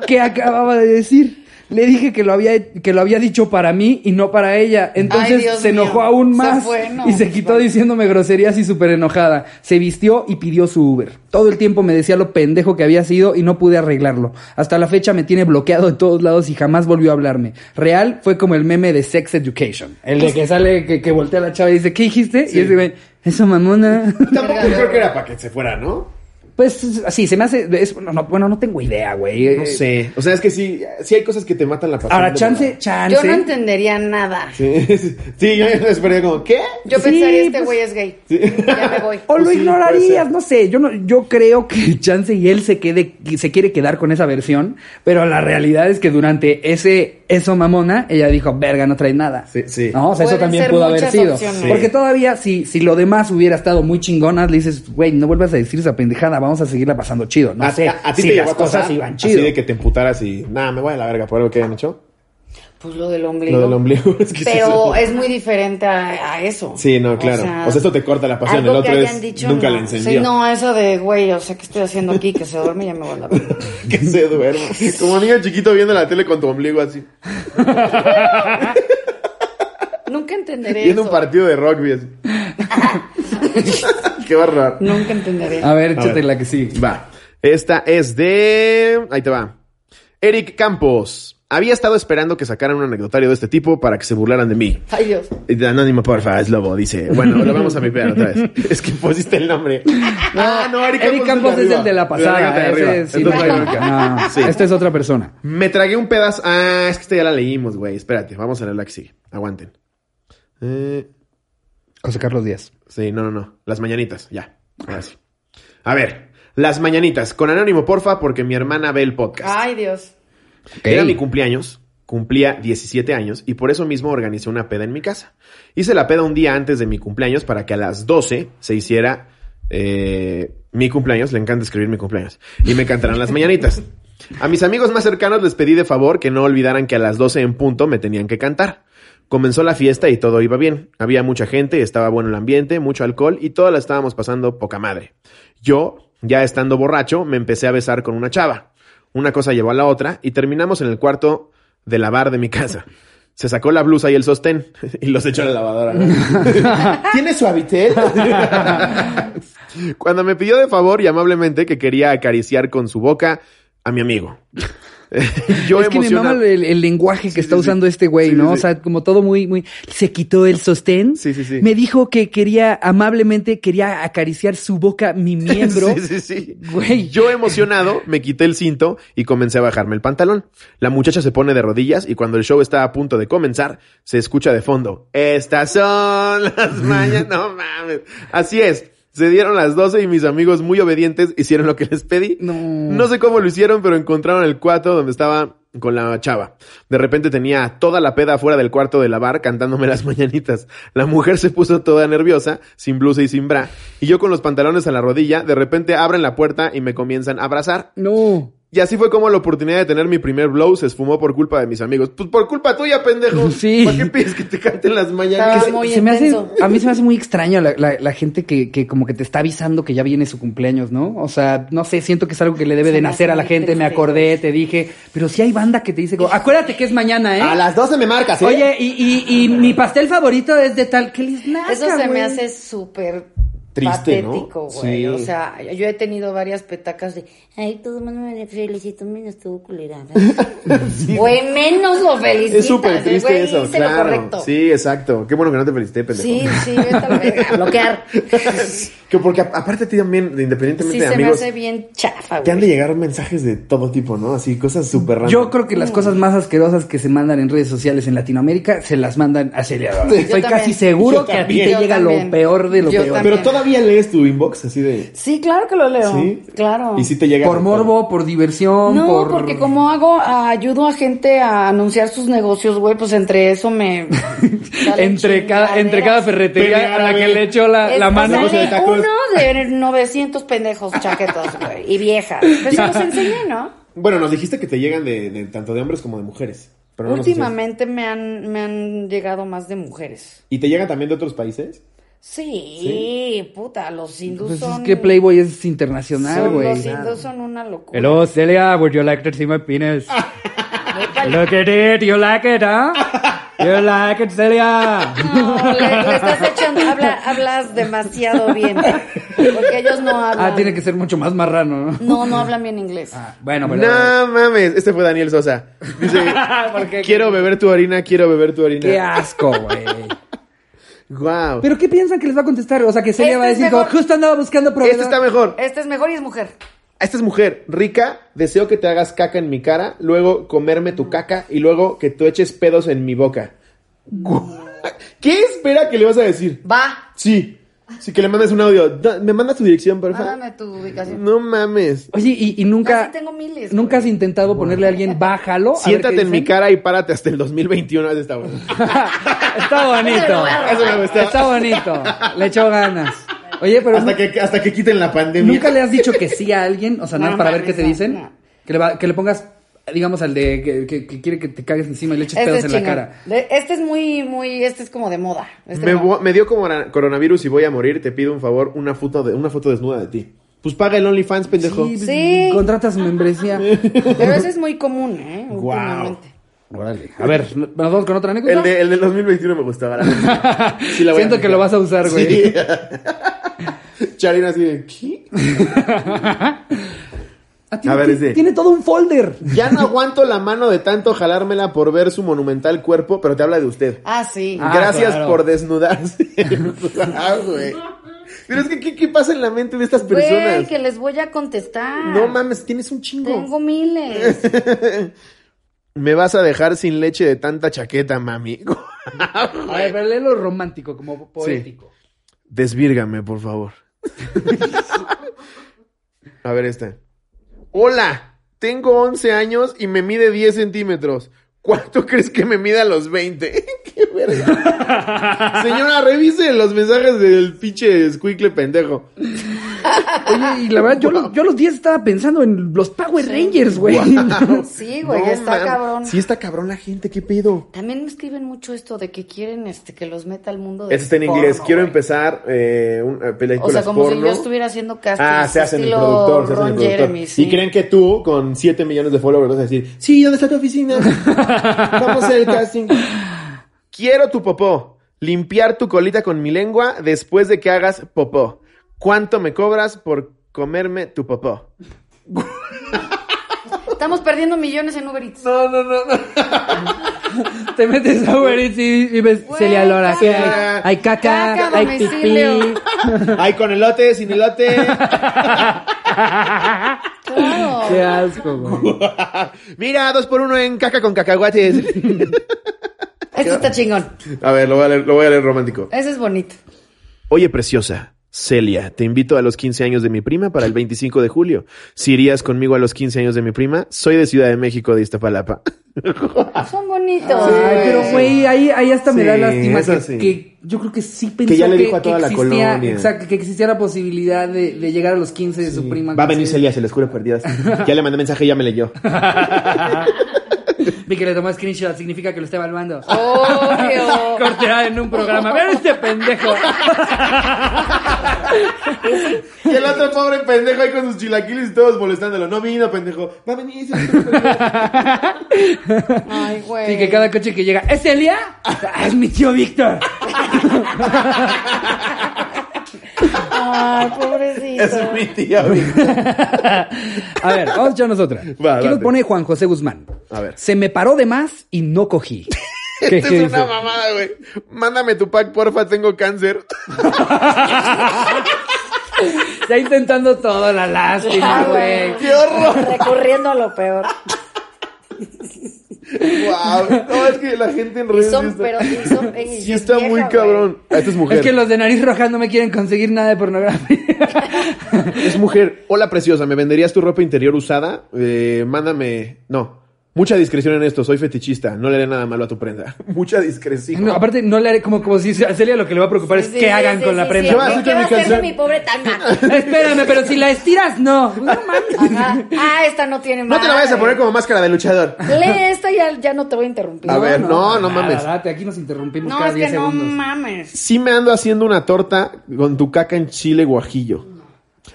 que acababa de decir. Le dije que lo había, que lo había dicho para mí y no para ella. Entonces Dios se enojó mío. aún Se más fue, no, y se pues, quitó vale. diciéndome groserías y súper enojada. Se vistió y pidió su Uber. Todo el tiempo me decía lo pendejo que había sido y no pude arreglarlo. Hasta la fecha me tiene bloqueado de todos lados y jamás volvió a hablarme. Real fue como el meme de Sex Education. El de que sale, que, que voltea la chava y dice, ¿qué dijiste? Y ese güey, eso mamona. Tampoco creo que era para que se fuera, ¿no? Pues así, se me hace. es- no, no, bueno, no tengo idea, güey. No sé. O sea, es que sí, sí hay cosas que te matan la pasión. Ahora, de chance, verdad. chance. Yo no entendería nada. Sí, sí, yo me esperé como, ¿qué? Yo Sí, pensaría, este pues- güey es gay. Ya me O lo Pues voy. sí, puede ignorarías, ser. no sé. Yo no, yo creo que Chance y él se quede, se quiere quedar con esa versión, pero la realidad es que durante ese eso mamona, ella dijo, verga, no trae nada. Sí, sí. No, o sea, eso Pueden también ser pudo haber muchas sido. opciones. Sí. Porque todavía, si, si lo demás hubiera estado muy chingona, le dices, güey, no vuelvas a decir esa pendejada, vamos a seguirla pasando chido. No a, sé, a- a ti si te las llegó a pasar cosas iban así chido. de que te emputaras y, nada, me voy a la verga por algo que hayan hecho. Pues lo del ombligo. Lo del ombligo. es que sí Pero se- es muy diferente a, a eso. Sí, no, claro. O sea, esto te corta la pasión. algo El otro que es, hayan dicho, nunca no. la encendió. Sí, no, eso de, güey, o sea, ¿qué estoy haciendo aquí? Que se duerme y ya me voy a la verga. que se duerma. Como niño chiquito viendo la tele con tu ombligo así. Nunca entenderé Viendo eso. un partido de rugby así. Qué bárbaro. Nunca entenderé. A ver, échate ver. la que sigue. Va. Esta es de. Ahí te va. Eric Campos. Había estado esperando que sacaran un anecdotario de este tipo para que se burlaran de mí. Ay, Dios. Y de Anónimo, porfa, es lobo, dice. Bueno, lo vamos a vipear otra vez. Es que pusiste el nombre. Ah, no, Eric Campos es el de la pasada. anécdota de ese arriba. sí Es no lo que fue. hay acá. No, este- Sí. Esta es otra persona. Me tragué un pedazo. Ah, es que esta ya la leímos, güey. Espérate, vamos a leer la que sigue. Aguanten. Eh, José Carlos Díaz. sí, no, no, no. Las mañanitas, ya. Ahora sí. A ver, las mañanitas. Con Anónimo, porfa, porque mi hermana ve el podcast. Ay, Dios. Ok. Era mi cumpleaños, cumplía 17 años y por eso mismo organizé una peda en mi casa. Hice la peda un día antes de mi cumpleaños para que a las 12 se hiciera eh, mi cumpleaños. Le encanta escribir mi cumpleaños. Y me cantarán las mañanitas. A mis amigos más cercanos les pedí de favor que no olvidaran que a las 12 en punto me tenían que cantar. Comenzó la fiesta y todo iba bien. Había mucha gente, estaba bueno el ambiente, mucho alcohol y todas la estábamos pasando poca madre. Yo, ya estando borracho, me empecé a besar con una chava. Una cosa llevó a la otra y terminamos en el cuarto de lavar de mi casa. Se sacó la blusa y el sostén y los echó a la lavadora. ¿Tiene su habitel? Cuando me pidió de favor y amablemente que quería acariciar con su boca a mi amigo. Yo es que me emociona- mama el, el lenguaje que está sí, usando este güey, Sí, ¿no? sí, O sí. sea, como todo muy, muy. Se quitó el sostén. Sí, sí, sí. Me dijo que quería, amablemente, quería acariciar su boca, mi miembro. Sí, sí, sí. Güey. Yo emocionado me quité el cinto y comencé a bajarme el pantalón. La muchacha se pone de rodillas y cuando el show está a punto de comenzar, se escucha de fondo. Estas son las mañas. No mames. Así es. Se dieron las 12 y mis amigos muy obedientes hicieron lo que les pedí. No. No sé cómo lo hicieron, pero encontraron el cuarto donde estaba con la chava. De repente tenía a toda la peda fuera del cuarto de lavar cantándome las mañanitas. La mujer se puso toda nerviosa, sin blusa y sin bra. Y yo con los pantalones a la rodilla, de repente abren la puerta y me comienzan a abrazar. No. Y así fue como la oportunidad de tener mi primer blow se esfumó por culpa de mis amigos. Pues por culpa tuya, pendejo. Sí. ¿Para qué pides que te canten las Estaba mañanitas? Se- muy se me hace- intenso. a mí se me hace muy extraño la, la- la gente que, que como que te está avisando que ya viene su cumpleaños, ¿no? O sea, no sé, siento que es algo que le debe Se de me hace nacer a la muy gente, me triste. acordé, te dije, pero si hay banda que te dice, como, acuérdate que es mañana, ¿eh? A las 12 me marcas, ¿eh? Oye, y, y, y mi pastel favorito es de tal, que les nazca, Eso se me güey. hace súper Triste, ¿no? patético, güey. Sí. O sea, yo he tenido varias petacas de, Ay, todo mundo me felicitó, menos estuvo culerada. güey, menos lo felicitas. Es súper triste güey, eso, hice lo claro. correcto. Sí, exacto. Qué bueno que no te felicité, pendejo. sí, sí, vete a la verga, a bloquear. que porque a- aparte a ti también, independientemente Sí, de se me amigos, hace bien chafa, te han de güey. llegar mensajes de todo tipo, ¿no? Así, cosas súper raras. Yo creo que las cosas más asquerosas que se mandan en redes sociales en Latinoamérica se las mandan a Celia. Estoy también. casi seguro Yo que a ti también. te Yo llega también. lo peor de lo Yo peor. también. Pero todavía lees tu inbox así de... Sí, claro que lo leo. ¿Sí? Claro. Y sí te llega... Por morbo, por diversión, No, por... porque como hago, ah, ayudo a gente a anunciar sus negocios, güey, pues entre eso me... salen entre cada, entre cada chingaderas. ferretería a Pues la que Árabe. le echó la, Es- la o mano. sea, Negocio de de tacos. uno de 900 pendejos chaquetos, güey, y viejas. Pero se los enseñé, ¿no? Bueno, nos dijiste que te llegan de, de- tanto de hombres como de mujeres. Pero no nos Últimamente me han, me han llegado más de mujeres. dijiste. ¿Y te llegan también de otros países? Sí, puta, los hindus Pues es son... que Playboy es son- internacional, güey. Los hindus son una locura. Celia, would you like to see my penis? Güey, Look at it, you like it, ¿ah? You like it, Celia. No, le, le estás echando, habla- hablas demasiado bien. Porque ellos no hablan. Ah, tiene que ser mucho más marrano, ¿no? No, no hablan bien inglés. Ah, bueno, pero. No mames, este fue Daniel Sosa. Dice, ¿Por qué? quiero beber tu orina, quiero beber tu Qué orina. asco, güey. Guau. ¿Pero qué piensan que les va a contestar? O sea, que Celia Este va a es decir, como, mejor. justo andaba buscando proveedor. Este está mejor. Este es mejor y es mujer. Esta es mujer rica, deseo que te hagas caca en mi cara, luego comerme tu caca y luego que tú eches pedos en mi boca. Guau. ¿Qué espera que le vas a decir? Va. Sí, sí que le mandes un audio. Da- ¿Me mandas tu dirección, por favor? Mándame tu ubicación. No mames. Oye, y, y No, nunca. sí tengo miles, Nunca has güey. intentado ponerle a alguien, bájalo. a ver Siéntate qué en mi dicen? cara y párate hasta el 2021. Haz esta buena. Está bonito. Eso me gusta. Está bonito. Le echó ganas. Oye, pero. Hasta que, hasta que quiten la pandemia. ¿Nunca le has dicho que sí a alguien? O sea, nada No, para no, ver qué no, te dicen. no. Que, le va- que le pongas, digamos, al de que, que- que quiere que te cagues encima y le eches Este pedos es en la chingón. cara. De- Este es muy, muy, este es como de moda. Este Me, no. vo- me dio como ra- coronavirus y voy a morir. Te pido un favor, una foto, de, una foto desnuda de ti. Pues paga el OnlyFans, pendejo. Sí, Sí. Contratas membresía. Pero ese es muy común, ¿eh? Últimamente. Órale. A ver, ¿nos vamos con otra anécdota? El, de, el del 2021 me gustaba. la neta. Sí, la voy a Siento que aplicar. lo vas a usar, güey. Sí. Charina así de, ¿qué? Ah, tiene, A ver, ti- ese. tiene todo un folder. Ya no aguanto la mano de tanto jalármela por ver su monumental cuerpo, pero te habla de usted. Ah, sí. Ah, Gracias claro. por desnudarse. Ah, güey. pero es que, ¿qué, qué pasa en la mente de estas personas? Güey, que les voy a contestar. No mames, tienes un chingo. Tengo miles. Me vas a dejar sin leche de tanta chaqueta, mami. A ver, pero léelo romántico, como poético. Desvírgame, por favor. A ver esta. Hola, tengo 11 años y me mide 10 centímetros. ¿Cuánto crees que me mida a los 20? ¡Qué verga! Señora, revise los mensajes del pinche squinkle pendejo. Oye, y la verdad, yo, los- yo los días estaba pensando en los Power Rangers, güey. Sí, güey, No, está man. cabrón. Sí está cabrón la gente, ¿qué pedo? También me escriben mucho esto de que quieren este que los meta al mundo de Este está en inglés. Quiero empezar empezar eh, un- eh, O películas sea, como si porno. yo estuviera haciendo casting. Ah, se hacen el productor, estilo se hacen el Ron productor. Jeremy, sí. Y creen que tú, con 7 millones de followers, vas a decir, sí, ¿dónde está tu oficina? Vamos a hacer el casting. Quiero tu popó. Limpiar tu colita con mi lengua después de que hagas popó. ¿Cuánto me cobras por comerme tu popó? Estamos perdiendo millones en Uber Eats. No, no, no, no. Te metes a Uber Eats y, y ves Güey, Celia Lora. caca. que hay, hay caca, Caca, hay pipí. domicilio. Ay, con elote, sin elote. Claro. Qué asco, güey. Mira, dos por uno en caca con cacahuates. Este está chingón. a ver, lo voy a leer, lo voy a leer romántico. Ese es bonito. Oye, preciosa. Celia, te invito a los 15 años de mi prima para el 25 de julio. Si irías conmigo a los 15 años de mi prima, soy de Ciudad de México, de Iztapalapa. Son bonitos. Ay, pero güey, ahí, ahí hasta me Sí, da lástima eso que, sí. que yo creo que sí pensó ya le dijo a toda la existía, colonia. Exacto, que existía la posibilidad de, de llegar a los 15 de su prima. Va a venir Sí. Celia, se les juro perdidas. Ya le mandé mensaje, ya me leyó. Vi que le tomó screenshot, significa que lo está evaluando. Obvio. Cortea en un programa. Vean este pendejo. Y el otro pobre pendejo ahí con sus chilaquiles y todos molestándolo. No vino, pendejo. Va a venir. se les juro perdidas. Ay, güey. Y que cada coche que llega, ¿es Celia? Ah, es mi tío Víctor. Ay, pobrecito. Es mi tía. A ver, vamos a echarnos otra. Va, ¿Qué nos date. pone Juan José Guzmán? A ver. Se me paró de más y no cogí. ¿Qué, Esta qué es dice? una mamada, güey. Mándame tu pack, porfa, tengo cáncer. Está intentando todo, la Ah, lástima, güey. ¡Qué horror! Recorriendo a lo peor. ¡Wow! No, es que la gente en Y redes sí son, está- pero y son, y Sí es está vieja, muy güey. cabrón. Ah, Esta es mujer. Es que los de nariz roja no me quieren conseguir nada de pornografía. Es mujer. Hola, preciosa. ¿Me venderías tu ropa interior usada? Eh, mándame. No. Mucha discreción en esto. Soy fetichista. No le haré nada malo a tu prenda. Mucha discreción. No, aparte, no le haré como, como si a Celia lo que le va a preocupar es Sí, Pues, qué sí, hagan sí, con la sí, prenda. sí. ¿Qué vas a hacer con ¿Qué va mi a hacer calzón? con mi pobre tanga? Espérame, pero si la estiras, no. No mames. Ajá. Ah, esta no tiene No te la vayas a poner como máscara de luchador. Lee esta y ya, ya no te voy a interrumpir. A ver, no, no Nada, mames. date, aquí nos interrumpimos No, cada es 10 que no segundos. mames. Sí me ando haciendo una torta con tu caca en chile guajillo.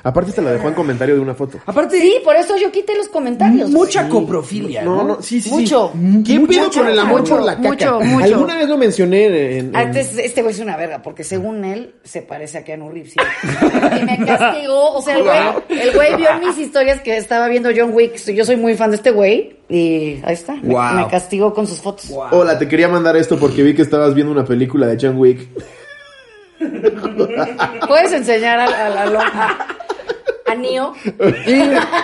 Aparte, hasta la dejó en comentario de una foto. Aparte, Sí, por eso yo quité los comentarios. mucha coprofilia. No, No, no, sí, sí. sí. Mucho. ¿Quién Mucho, pido por el amor mucho, por la caca? mucho, mucho. Alguna vez lo mencioné en. en- Ah, Este, este güey es una verga, porque según él se parece a Keanu Reeves. sí. Y me castigó. O sea, el güey, el güey vio en mis historias que estaba viendo John Wick. so- Yo soy muy fan de este güey. Y ahí está. Me, Wow. me castigó con sus fotos. Hola, te quería mandar esto porque vi que estabas viendo una película de John Wick. ¿Puedes enseñar a, a, a, a, a Neo?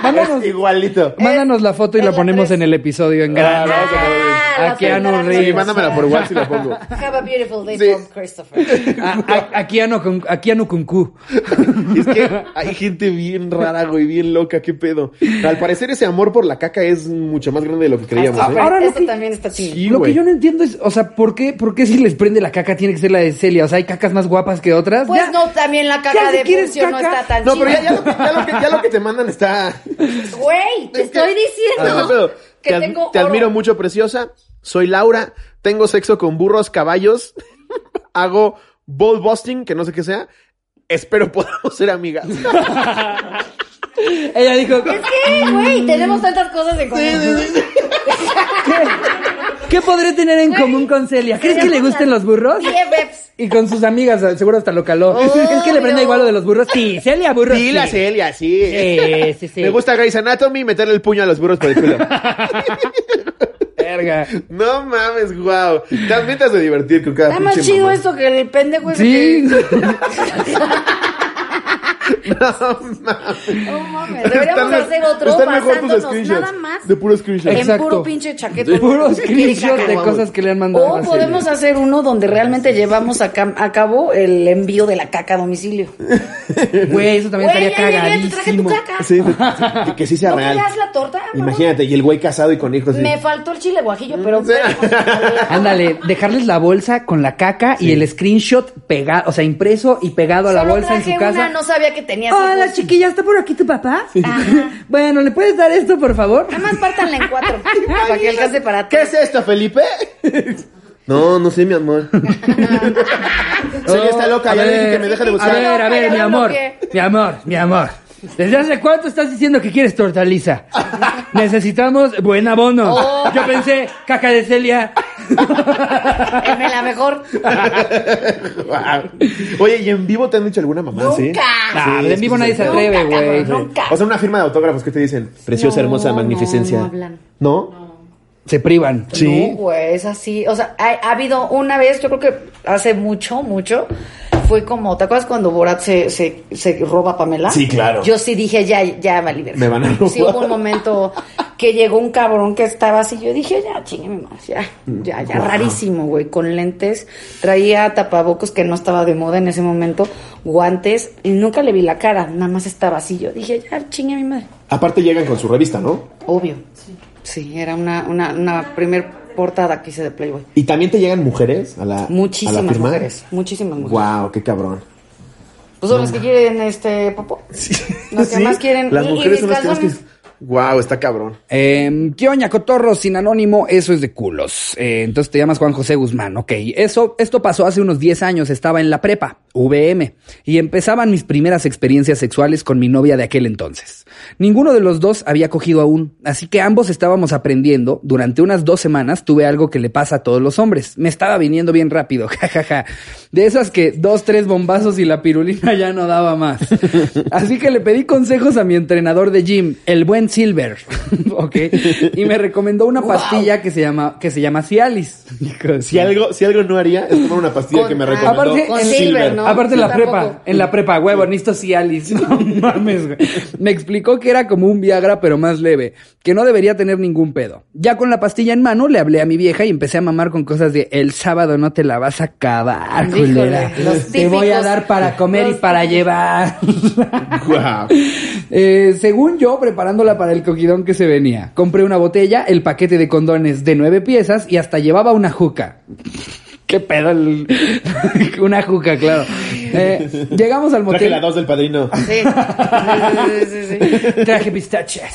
mándanos, Igualito. mándanos la foto y Es la la ponemos tres. en el episodio en grande. Ah, vamos Ah, a la Keanu primera Reeves. Sí, vez. mándamela por WhatsApp y la pongo. Have a beautiful day Sí. from Christopher. A- a- Aquí a no con- aquí a no con Q. Es que hay gente bien rara, güey, bien loca, qué pedo. Al parecer ese amor por la caca es mucho más grande de lo que creíamos, Ah, ¿eh? pero Ahora lo esto que- también está chido. Sí, Lo güey. que yo no entiendo es, o sea, ¿por qué, ¿por qué si les prende la caca tiene que ser la de Celia? O sea, hay cacas más guapas que otras. Pues Ya. no, también la Ya, caca si de quieres función no caca. está tan No, pero chida. ya, ya lo que, ya, lo que, ya lo que te mandan está... Güey, te Es que- estoy Ah, qué diciendo pedo. que te, ad- tengo te oro. admiro mucho, preciosa. Soy Laura. Tengo sexo con burros, caballos. Hago ball busting, que no sé qué sea. Espero podamos ser amigas. Ella dijo, Es que, güey, tenemos tantas cosas en común. ¿qué podré tener en común con Celia? ¿Crees que le gusten los burros? BFFs. Y con sus amigas, seguro hasta lo Oh, caló. ¿Crees que le prenda igual lo de los burros? Sí, Celia, burros. Sí, la Celia, sí. Sí, sí, sí. Me gusta Grey's Anatomy meterle el puño a los burros por el culo. Verga. no mames, guau. También te has de divertir con cada Está más pinche chido mamá. esto que el pendejo ese Sí. que- No mames. No mames, deberíamos Están- hacer otro están mejor tus basándonos screenshots, nada más Em- De puro screenshot. Exacto. en puro pinche chaqueto. De puros Pinche chaqueto. screenshots de cosas que le han mandado. a O Celia. podemos hacer uno donde realmente llevamos a, cam- a cabo el envío de la caca a domicilio. Güey, eso también Güey, estaría ya llegué, te traje tu cagadísimo. Sí, caca. que, que sí sea ¿No real. querías la torta? Vamos. Imagínate, y el güey casado y con hijos. y- Me faltó el chile guajillo, pero... pues, Sí. Ándale, dejarles la bolsa con la caca y el screenshot pegado, o sea, impreso y pegado a la Solo bolsa en traje su casa. Ah, Una, no sabía que tenías Hola, hijos. chiquilla, ¿está por aquí tu papá? bueno, ¿le puedes dar esto, por favor? Nada más pártanla en cuatro. para que alcance para ti. ¿Qué es esto, Felipe? no, no sé, mi amor. Celia está loca, A ya le ver, dije que me deja de A ver, buscar. a ver, mi Ya lo amor, bloqueé. mi amor, mi amor. ¿Desde hace cuánto estás diciendo que quieres tortaliza? Necesitamos buen abono. Oh. Yo pensé, caca de Celia. Dame la mejor. Oye, ¿y en vivo te han dicho alguna mamá? sí? Nunca. Nah, Sí, en vivo nadie se atreve, Nunca, güey. cabrón, nunca. O sea, una firma de autógrafos, ¿qué te dicen? Preciosa, No, hermosa, no, magnificencia. no hablan. ¿No? Se privan. No, güey, es así. O sea, ha, ha habido una vez, yo creo que hace mucho, mucho, fue como, ¿te acuerdas cuando Borat se, se, se roba a Pamela? Sí, claro. Yo sí dije, ya, ya, vale, verga. Me van a robar. Sí, hubo un momento que llegó un cabrón que estaba así, yo dije, ya, chingue mi madre, ya, ya, ya, rarísimo, güey, con lentes, traía tapabocos que no estaba de moda en ese momento, guantes, y nunca le vi la cara, nada más estaba así, yo dije, ya, chingue mi madre. Aparte llegan con su revista, ¿no? Obvio. Sí, era una, una, una primer portada que hice de Playboy. Y también te llegan mujeres a la, a Muchísimas la firma. mujeres. Muchísimas mujeres. Wow, qué cabrón. Pues son las que quieren este popó. Las que Sí, más quieren. Las y- y mujeres mis son las que más calzones. quieren. Wow, está cabrón. Eh, ¿Qué oña, cotorro? Sin anónimo, eso es de culos. Eh, entonces te llamas Juan José Guzmán, ok. Eso, esto pasó hace unos 10 años, estaba en la prepa, VM, y empezaban mis primeras experiencias sexuales con mi novia de aquel entonces. Ninguno de los dos había cogido aún, así que ambos estábamos aprendiendo. Durante unas dos semanas tuve algo que le pasa a todos los hombres. Me estaba viniendo bien rápido, jajaja. De esas que dos, tres bombazos y la pirulina ya no daba más. Así que le pedí consejos a mi entrenador de gym, el buen Silver, ok, y me recomendó una pastilla que se llama, que se llama Cialis. Si algo, si algo no haría, es tomar una pastilla Con- que me ah, recomendó. aparte, Con en- Silver, ¿no? Aparte en la Yo prepa, tampoco. en la prepa, huevo, necesito Cialis. No mames, güey. Me explicó que era como un Viagra, pero más leve, que no debería tener ningún pedo. Ya con la pastilla en mano, le hablé a mi vieja y empecé a mamar con cosas de el sábado no te la vas a acabar, Híjole, culera. los Te voy a típicos- dar para comer y los para llevar. Guau. Eh, según yo, preparándola para el coquidón que se venía. Compré una botella, el paquete de condones de nueve piezas y hasta llevaba una juca. Qué pedo, el- una juca, claro. Eh, llegamos al Traje motel. la dos del padrino. Sí. Sí, sí, sí, sí. Traje pistaches.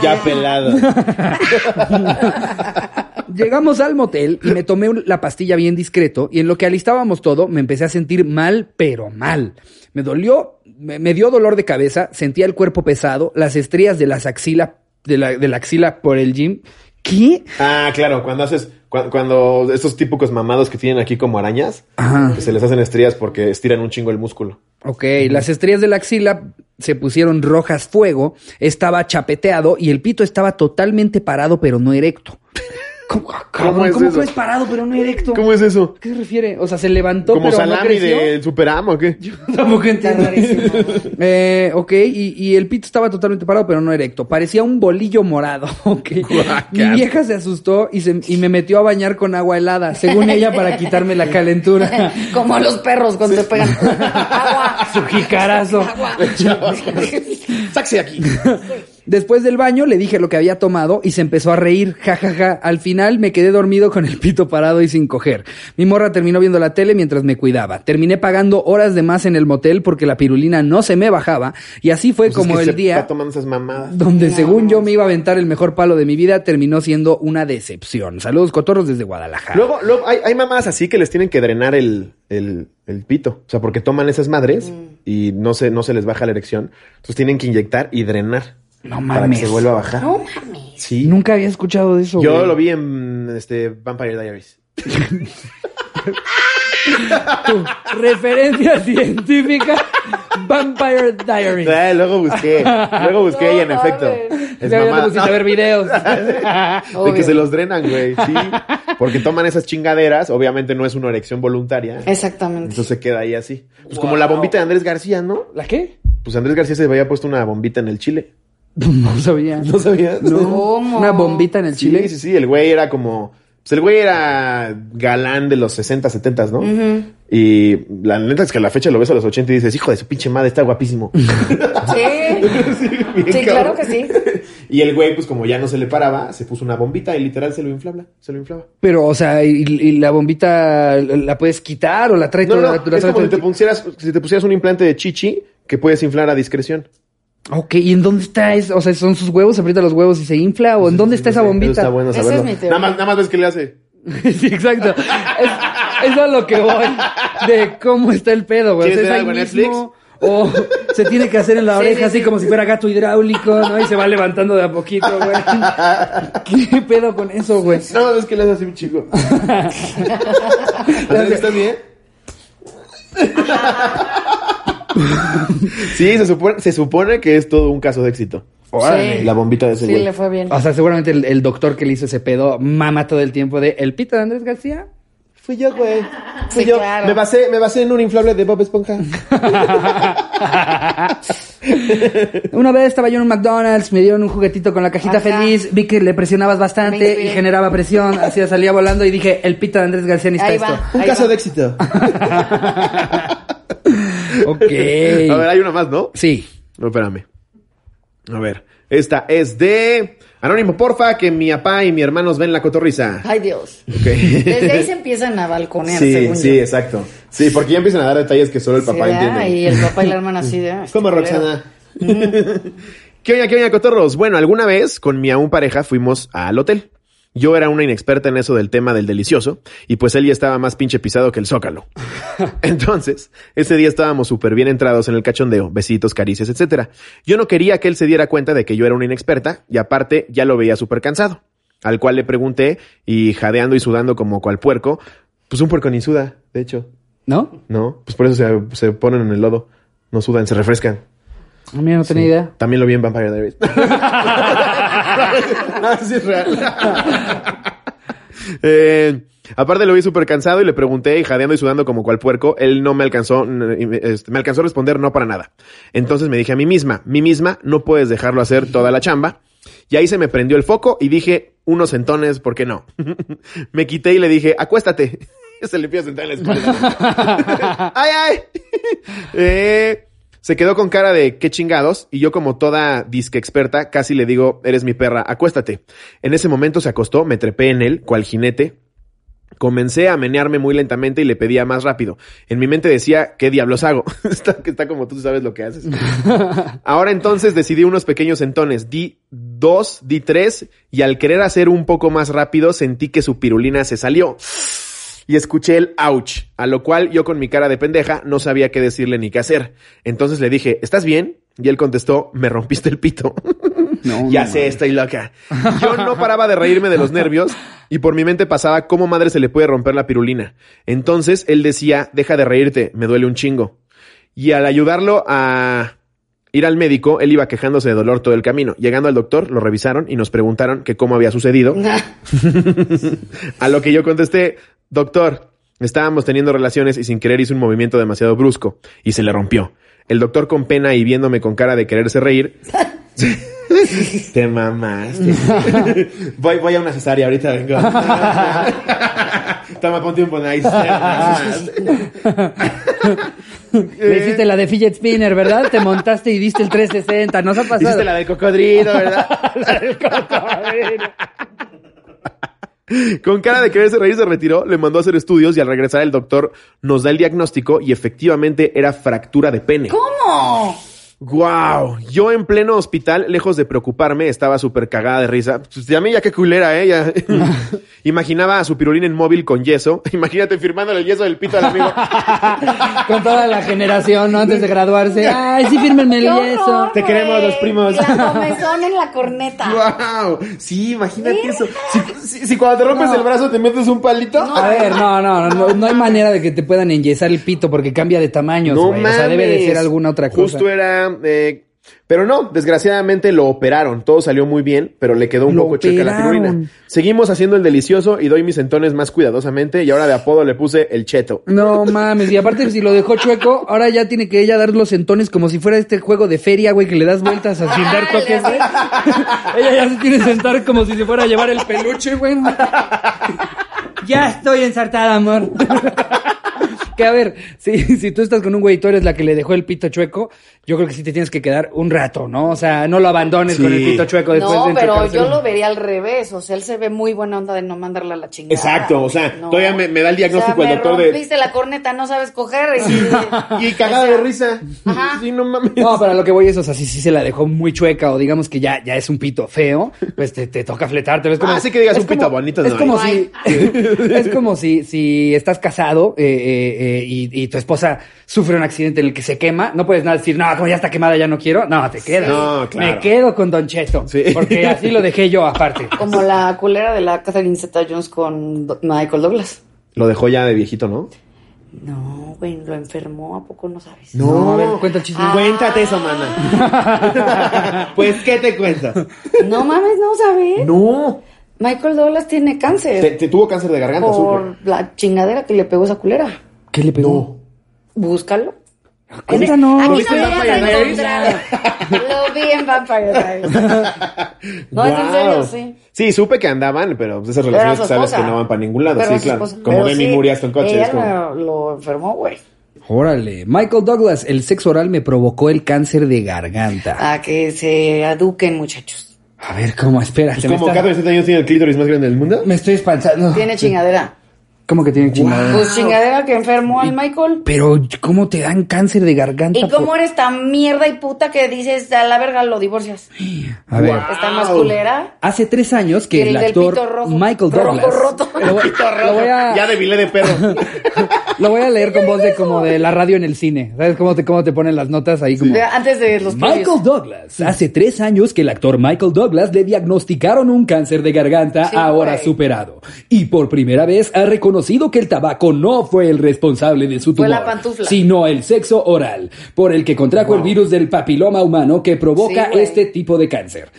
Ya pelado. Llegamos al motel y me tomé un- la pastilla bien discreto y en lo que alistábamos todo me empecé a sentir mal, pero mal. Me dolió me, me dio dolor de cabeza, sentía el cuerpo pesado, las estrías de las axila, de la, de la axila por el gym. ¿Qué? Ah, claro, cuando haces, cua- cuando, estos típicos mamados que tienen aquí como arañas, Ajá. que se les hacen estrías porque estiran un chingo el músculo. Ok, las estrías de la axila se pusieron rojas fuego, estaba chapeteado y el pito estaba totalmente parado pero no erecto. ¿Cómo, ah, cabrón? ¿Cómo es ¿Cómo eso? fue parado pero no erecto? ¿Cómo es eso? ¿A qué se refiere? O sea, se levantó ¿Como pero no salami creció. del superamo o qué? Tampoco entiendo. rarísimo. Eh, ok, y, y el pito estaba totalmente parado, pero no erecto. Parecía un bolillo morado. ok. Mi vieja se asustó y, se- y me metió a bañar con agua helada, según ella, para quitarme la calentura. Como los perros cuando te pegan. Agua. Su jicarazo. Agua. Sáquese de aquí. Después del baño le dije lo que había tomado y se empezó a reír, jajaja. Al final me quedé dormido con el pito parado y sin coger. Mi morra terminó viendo la tele mientras me cuidaba. Terminé pagando horas de más en el motel porque la pirulina no se me bajaba y así fue Pues es como que el se día Está tomando esas mamadas. donde según yo me iba a aventar el mejor palo de mi vida terminó siendo una decepción. Saludos cotorros desde Guadalajara. Luego, luego hay, hay mamadas así que les tienen que drenar el, el, el pito. O sea, porque toman esas madres y no se, no se les baja la erección. Entonces tienen que inyectar y drenar. No Para que mames. se vuelva a bajar. No mames. Sí. Nunca había escuchado de eso. Yo güey. lo vi en este Vampire Diaries. Referencia científica Vampire Diaries. Ah, luego busqué, luego busqué y en No efecto. mames. Es Ya te mamada. pusiste a ver videos. De que Obvio. se los drenan, güey. Sí. Porque toman esas chingaderas. Obviamente no es una erección voluntaria. Exactamente. Entonces se queda ahí así. Pues como la bombita de Andrés García, ¿no? ¿La qué? Pues Andrés García se había puesto una bombita en el chile. No sabía. ¿No sabías? ¿Cómo? Una bombita en el Sí, chile. sí, sí. El güey era como. Pues el güey era galán de los 60, 70, ¿no? Y la neta es que a la fecha lo ves a los 80 y dices, hijo de su pinche madre, está guapísimo. Sí. Bien Sí, cabrón. claro que sí. Y el güey, pues como ya no se le paraba, se puso una bombita y literal se lo inflaba, se lo inflaba. Pero, o sea, y, y la bombita la- la puedes quitar o la traes No, toda- no, la es traes como si te, toda- pusieras, si te pusieras un implante de chichi que puedes inflar a discreción. Ok, ¿y en dónde está? eso? O sea, ¿son sus huevos? ¿Se aprieta los huevos y se infla? ¿O en dónde está esa Eso bombita? Está bueno Esa saberlo. es mi teoría. nada, más, nada más ves que le hace. sí, exacto. Es, es a lo que voy de cómo está el pedo, güey. O sea, es ¿Quieres ver ahí algo en mismo. O se tiene que hacer en la Sí, oreja sí, así sí. como si fuera gato hidráulico, ¿no? Y se va levantando de a poquito, güey. ¿Qué pedo con eso, güey? Nada más ves que le hace así un chico. Andrés, ¿Estás bien? sí, se supone, se supone que es todo un caso de éxito. Órale. La bombita de ese Sí, güey. Ah. le fue bien. O sea, seguramente el, el doctor que le hizo ese pedo mama todo el tiempo de el pito de Andrés García. Fui yo, güey. Fui Sí, yo. claro. Me basé, me basé en un inflable de Bob Esponja. Una vez estaba yo en un McDonald's, me dieron un juguetito con la cajita Ajá. feliz, vi que le presionabas bastante Venga, y bien. generaba presión, así salía volando y dije, el pito de Andrés García necesita Ahí esto. va. un ahí caso va. de éxito. A ver, Ok. hay uno más, ¿no? Sí. No, espérame. A ver. Esta es de Anónimo, porfa, que mi papá y mi hermanos ven la cotorriza. Ay, Dios. Ok. Desde ahí se empiezan a balconear, Sí, según sí, yo. exacto. Sí, porque ya empiezan a dar detalles que solo el papá Sí, ¿verdad? entiende. Y el papá y la hermana así de... "Ah, este Como culero". Roxana. ¿Qué oña, qué oña, cotorros? Bueno, alguna vez con mi aún pareja fuimos al hotel. Yo era una inexperta en eso del tema del delicioso, y pues él ya estaba más pinche pisado que el zócalo. Entonces, ese día estábamos súper bien entrados en el cachondeo, besitos, caricias, etcétera. Yo no quería que él se diera cuenta de que yo era una inexperta, y aparte ya lo veía súper cansado. Al cual le pregunté, y jadeando y sudando como cual puerco, pues un puerco ni suda, de hecho. ¿No? No, pues por eso se, se ponen en el lodo. No sudan, se refrescan. A mí no tenía idea. También lo vi en Vampire Diaries. no, sí es real. Eh, aparte lo vi súper cansado y le pregunté y jadeando y sudando como cual puerco. Él no me alcanzó, mm, y me este, me alcanzó a responder no para nada. Entonces me dije a mí misma, mí misma, no puedes dejarlo hacer toda la chamba. Y ahí se me prendió el foco y dije, unos entones, ¿por qué no? me quité y le dije, acuéstate. se le empieza a sentar en la espalda. ¡Ay, ay! Eh, se quedó con cara de qué chingados y yo como toda disque experta casi le digo, eres mi perra, acuéstate. En ese momento se acostó, me trepé en él, cual jinete. Comencé a menearme muy lentamente y le pedía más rápido. En mi mente decía, ¿qué diablos hago? está, está como tú sabes lo que haces. Ahora entonces decidí unos pequeños entones. Di dos, di tres y al querer hacer un poco más rápido sentí que su pirulina se salió. y escuché el ouch, a lo cual yo con mi cara de pendeja no sabía qué decirle ni qué hacer. Entonces le dije, ¿estás bien? Y él contestó, me rompiste el pito. No, ya no, sé, estoy loca. Yo no paraba de reírme de los nervios y por mi mente pasaba cómo madre se le puede romper la pirulina. Entonces él decía, deja de reírte, me duele un chingo. Y al ayudarlo a ir al médico, él iba quejándose de dolor todo el camino. Llegando al doctor, lo revisaron y nos preguntaron que cómo había sucedido. A lo que yo contesté, doctor, estábamos teniendo relaciones y sin querer hice un movimiento demasiado brusco y se le rompió. El doctor con pena y viéndome con cara de quererse reír. Te mamaste. voy, voy a una cesárea, ahorita vengo. Toma, ponte un bonais. Eh. Le hiciste la de fidget spinner, ¿verdad? Te montaste y diste el 360. Nos ha pasado. Hiciste la del cocodrilo, ¿verdad? Con cara de quererse reír se retiró, le mandó a hacer estudios y al regresar el doctor nos da el diagnóstico y efectivamente era fractura de pene. ¿Cómo? ¡Guau! Yo en pleno hospital, lejos de preocuparme, estaba súper cagada de risa. Pues, ya me ya qué culera, ¿eh? Ya. Imaginaba a su pirulín en móvil con yeso. Imagínate firmándole el yeso del pito al amigo. Con toda la generación, ¿no? Antes de graduarse. Ay, sí, fírmenme el ¡Qué yeso. horror, Te queremos, güey! los primos. La comezón en la corneta. ¡Guau! Sí, imagínate eso. Si, si- si cuando te rompes el brazo te metes un palito. A ver, no, no, no, no, no hay manera de que te puedan enyesar el pito porque cambia de tamaño. No O sea, debe de mames. ser alguna otra cosa. Justo era. eh, pero no, desgraciadamente lo operaron. Todo salió muy bien, pero le quedó un Lo poco checa la operaron. pirulina. Seguimos haciendo el delicioso y doy mis entones más cuidadosamente. Y ahora de apodo le puse el cheto. No mames, y aparte si lo dejó chueco, ahora ya tiene que ella dar los entones como si fuera este juego de feria, güey, que le das vueltas a sin Ah, dar toques, güey. ella ya se tiene que sentar como si se fuera a llevar el peluche, güey. ya estoy ensartada, amor. que a ver, si, si tú estás con un güey y tú eres la que le dejó el pito chueco, yo creo que sí te tienes que quedar un rato, ¿no? O sea, no lo abandones Sí. con el pito chueco después de No, pero enchuecarse. yo lo vería al revés. O sea, él se ve muy buena onda de no mandarle a la chingada. Exacto, o sea, todavía me- me da el diagnóstico o sea, el doctor de- Me rompiste la corneta, no sabes coger. Y, Y cagada o sea, de risa. Ah, Ajá. Sí, no mames. No, pero a lo que voy es, o sea, si sí se la dejó muy chueca o digamos que ya, ya es un pito feo, pues te, te toca fletarte. ¿ves? Como, Ah, sí que digas es un pito bonito, Es no, como si, ay. es como si, si estás casado eh, eh, eh, y, y tu esposa sufre un accidente en el que se quema, no puedes nada decir, no, como ya está quemada, ya no quiero. No, te quedas. No, claro. Me quedo con Don Cheto. Sí. Porque así lo dejé yo aparte. Como la culera de la Catherine Zeta Jones con Do- Michael Douglas. Lo dejó ya de viejito, ¿no? No, güey, lo enfermó, ¿a poco no Ah. sabes? No, a ver, cuenta el chisme. Cuéntate eso, mana. pues, ¿qué te cuento? No mames, no sabes. No. Michael Douglas tiene cáncer Te, te tuvo cáncer de garganta, supo. por la chingadera que le pegó esa culera. ¿Qué le pegó? Búscalo. Cuéntanos. Aquí ¿Viste no lo vas a Vampire Diaries? encontrar. Lo vi en Vampire Diaries. No, es en Guau. serio, sí. Sí, supe que andaban, pero pues, esas Pero era relaciones su que sabes que esposa. no van para ningún lado. Pero sí, su claro. esposa. Como Pero Demi sí, Moore y Aston Kutcher. Ella es como- lo, lo enfermó, güey. Órale. Michael Douglas, el sexo oral me provocó el cáncer de garganta. A que se aduquen, muchachos. A ver, ¿cómo? Espérate. Pues, me como estás- Catherine Zeta-Jones tiene el clítoris más grande del mundo. Me estoy espantando. Tiene chingadera. ¿Cómo que tiene chingadera? Ah. Pues chingadera que enfermó al Michael. Pero, ¿cómo te dan cáncer de garganta? ¿Y cómo por- eres tan mierda y puta que dices a la verga lo divorcias? A ver. Está más culera. Hace tres años que Y el el del actor pito rojo. Michael Rojo, Douglas. roto. Lo, voy- lo voy a, Ya debilé de perro. lo voy a leer con voz de como de la radio en el cine. ¿Sabes cómo te, cómo te ponen las notas ahí? Como, De- Antes de los Michael previos. Douglas. Hace tres años que el actor Michael Douglas le diagnosticaron un cáncer de garganta Sí, ahora güey. superado. Y por primera vez ha reconocido que el tabaco no fue el responsable de su Fue tumor, la pantufla. sino el sexo oral, por el que contrajo el virus del papiloma humano que provoca Sí, güey. este tipo de cáncer.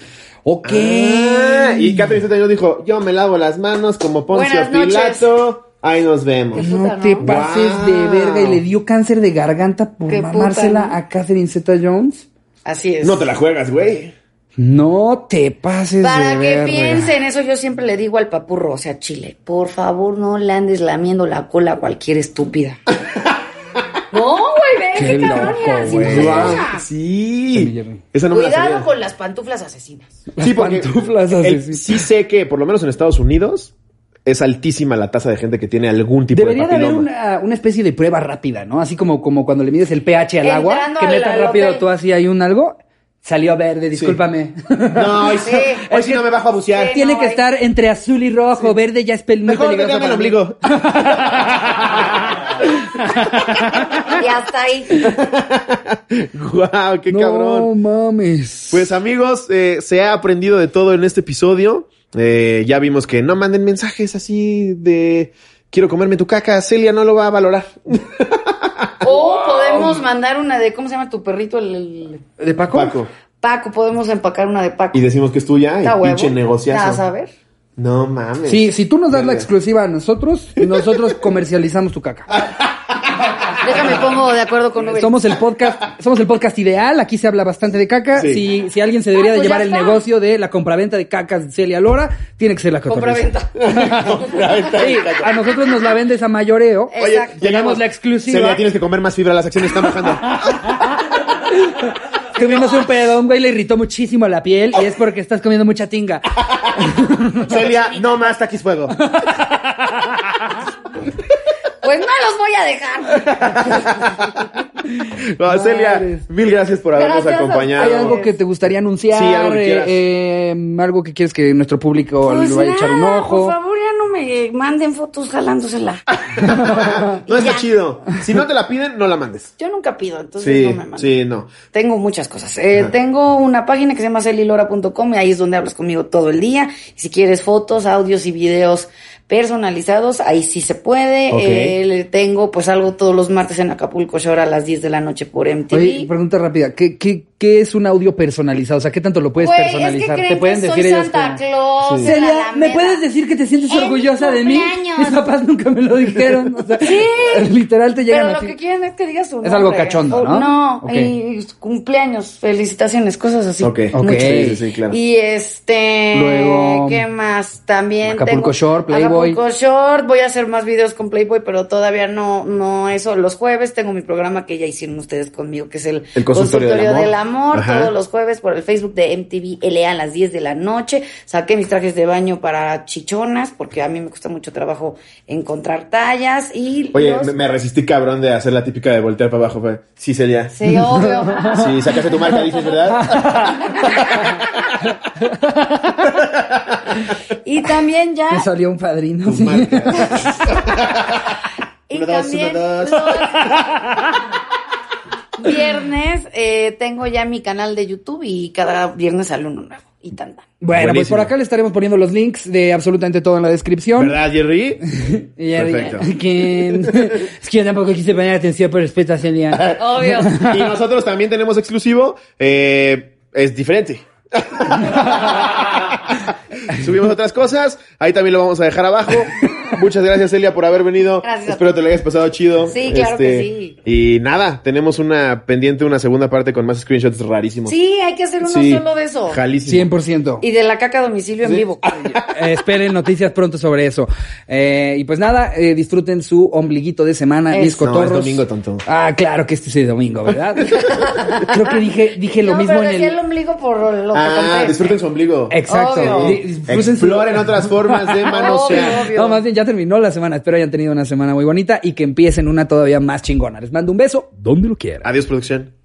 Ok. Ah, y Catherine Zeta-Jones dijo, yo me lavo las manos como Poncio Buenas noches. Pilato. Ahí nos vemos. Qué No puta, te ¿no? pases Wow. de verga y le dio cáncer de garganta por Qué puta, mamársela ¿no? a Catherine Zeta Jones. Así es. No te la juegas, güey. No te pases de Para que verga. piensen, eso yo siempre le digo al papurro, o sea, Chile, por favor no le andes lamiendo la cola a cualquier estúpida. no, güey, ve Qué ese cabrón loco, era así, no güey. se Guau. usa. Sí. Esa no me la Cuidado sabía. con las pantuflas asesinas. Sí, porque Pantuflas el- asesinas. sí sé que, por lo menos en Estados Unidos, es altísima la tasa de gente que tiene algún tipo Debería de de haber papiloma. una, una especie de prueba rápida, ¿no? Así como, como cuando le mides el pH al agua, Entrando que al- metas al rápido hotel. tú así hay un algo. Salió verde, discúlpame. No, hoy sí, hoy sí no me bajo a bucear. Sí. Tiene no, que hay- estar entre azul y rojo. Verde ya es pel- muy Mejor déjame peligroso. el para mí. ombligo. Y hasta ahí. ¡Guau! ¡Qué No cabrón! mames. Pues amigos, eh, se ha aprendido de todo en este episodio. Eh, ya vimos que no manden mensajes así de quiero comerme tu caca, Celia no lo va a valorar. O podemos mandar una de, ¿cómo se llama tu perrito? El, el- ¿De Paco? Paco. Paco, podemos empacar una de Paco. Y decimos que es tuya y Está huevo. pinche negociazo. Está a saber. No mames. Sí, si tú nos das la exclusiva a nosotros, nosotros comercializamos tu caca. Déjame pongo de acuerdo con Uber. Somos el podcast, somos el podcast ideal, aquí se habla bastante de caca. Sí. Si, si alguien se debería Ah, de pues llevar ya el está. negocio de la compraventa de cacas de Celia Lora, tiene que ser la compraventa. Compra-venta. Sí, a nosotros nos la vendes a mayoreo. Oye, Exacto. Llegamos la exclusiva. Celia, tienes que comer más fibra, las acciones están bajando. Tuvimos un pedón, güey, le irritó muchísimo la piel y es porque estás comiendo mucha tinga. Celia, no más taquis fuego. Pues no los voy a dejar. No, Ah, Celia, Madres. mil gracias por habernos Gracias a- acompañado. ¿Hay algo que te gustaría anunciar? Sí, algo que quieras. Eh, eh, algo que quieres que nuestro público Pues le vaya a echar un nada, ojo. Por favor, ya no me manden fotos jalándosela. No está Ya. chido. Si no te la piden, no la mandes. Yo nunca pido, entonces Sí, no me manden. sí, no. Tengo muchas cosas. Eh, tengo una página que se llama celilora.com y ahí es donde hablas conmigo todo el día. Y si quieres fotos, audios y videos personalizados, ahí sí se puede. Ok. Eh, le tengo pues algo todos los martes en Acapulco Shore a las 10 de la noche por MTV. Oye, pregunta rápida, ¿qué, qué, qué es un audio personalizado? O sea, ¿qué tanto lo puedes Güey, es que personalizar? creen ¿Te pueden que decir soy ellos Santa como- Claus de la Celia, ¿me Alameda? puedes decir que te sientes En mi orgullosa de mí? cumpleaños. Mis papás nunca me lo dijeron. O sea, literal te llegan Pero lo así. que quieren es que digas su Es algo nombre. cachondo, O- ¿no? No, Ok. y cumpleaños, felicitaciones, cosas así. Ok. Ok. Mucho. Sí, sí, sí, claro. Y este, Luego, ¿qué más? También Acapulco tengo- Shore, Playboy. Acapulco Short, voy a hacer más videos con Playboy, pero todavía no no eso. Los jueves tengo mi programa que ya hicieron ustedes conmigo, que es el, El consultorio del amor. del amor, Ajá. todos los jueves por el Facebook de MTV LA a las 10 de la noche. Saqué mis trajes de baño para chichonas porque a mí me cuesta mucho trabajo encontrar tallas y Oye, los- me, me resistí cabrón de hacer la típica de voltear para abajo. fue, Sí, Celia. Sí. Sí, obvio. sacaste tu marca, dices, ¿verdad? Y también ya. Me salió un padrino. Tu sí. marca. Y Una, dos, también una, dos. los Viernes eh, tengo ya mi canal de YouTube y cada viernes sale uno nuevo. Y tan tan. Bueno, pues Buenísimo. por acá le estaremos poniendo los links de absolutamente todo en la descripción. ¿Verdad, Jerry? Y ya- Perfecto. ¿quién? es que yo tampoco quise poner atención por respeto a Ah, Celia. Obvio. Y nosotros también tenemos exclusivo. eh, es diferente. Subimos otras cosas. Ahí también lo vamos a dejar abajo. Muchas gracias, Celia, por haber venido. Gracias. Espero te lo hayas pasado chido. Este, Sí, claro que sí. Y nada, tenemos una pendiente, una segunda parte con más screenshots rarísimos. Sí, hay que hacer uno Sí, solo de eso. Jalísimo. 100%. Y de la caca a domicilio en vivo. Eh, esperen noticias pronto sobre eso. Eh, y pues nada, eh, disfruten su ombliguito de semana, Eso. mis cotorros. No, es domingo, tonto. Ah, claro que este es el domingo, ¿verdad? Creo que dije, dije lo no, mismo pero en decía el... el ombligo por lo que Ah, compré. disfruten su ombligo. Exacto. Obvio. Di- disfruten su- Exploren otras formas de manosear. Obvio. No, más bien ya terminó la semana. Espero hayan tenido una semana muy bonita y que empiecen una todavía más chingona. Les mando un beso donde lo quieran. Adiós, producción.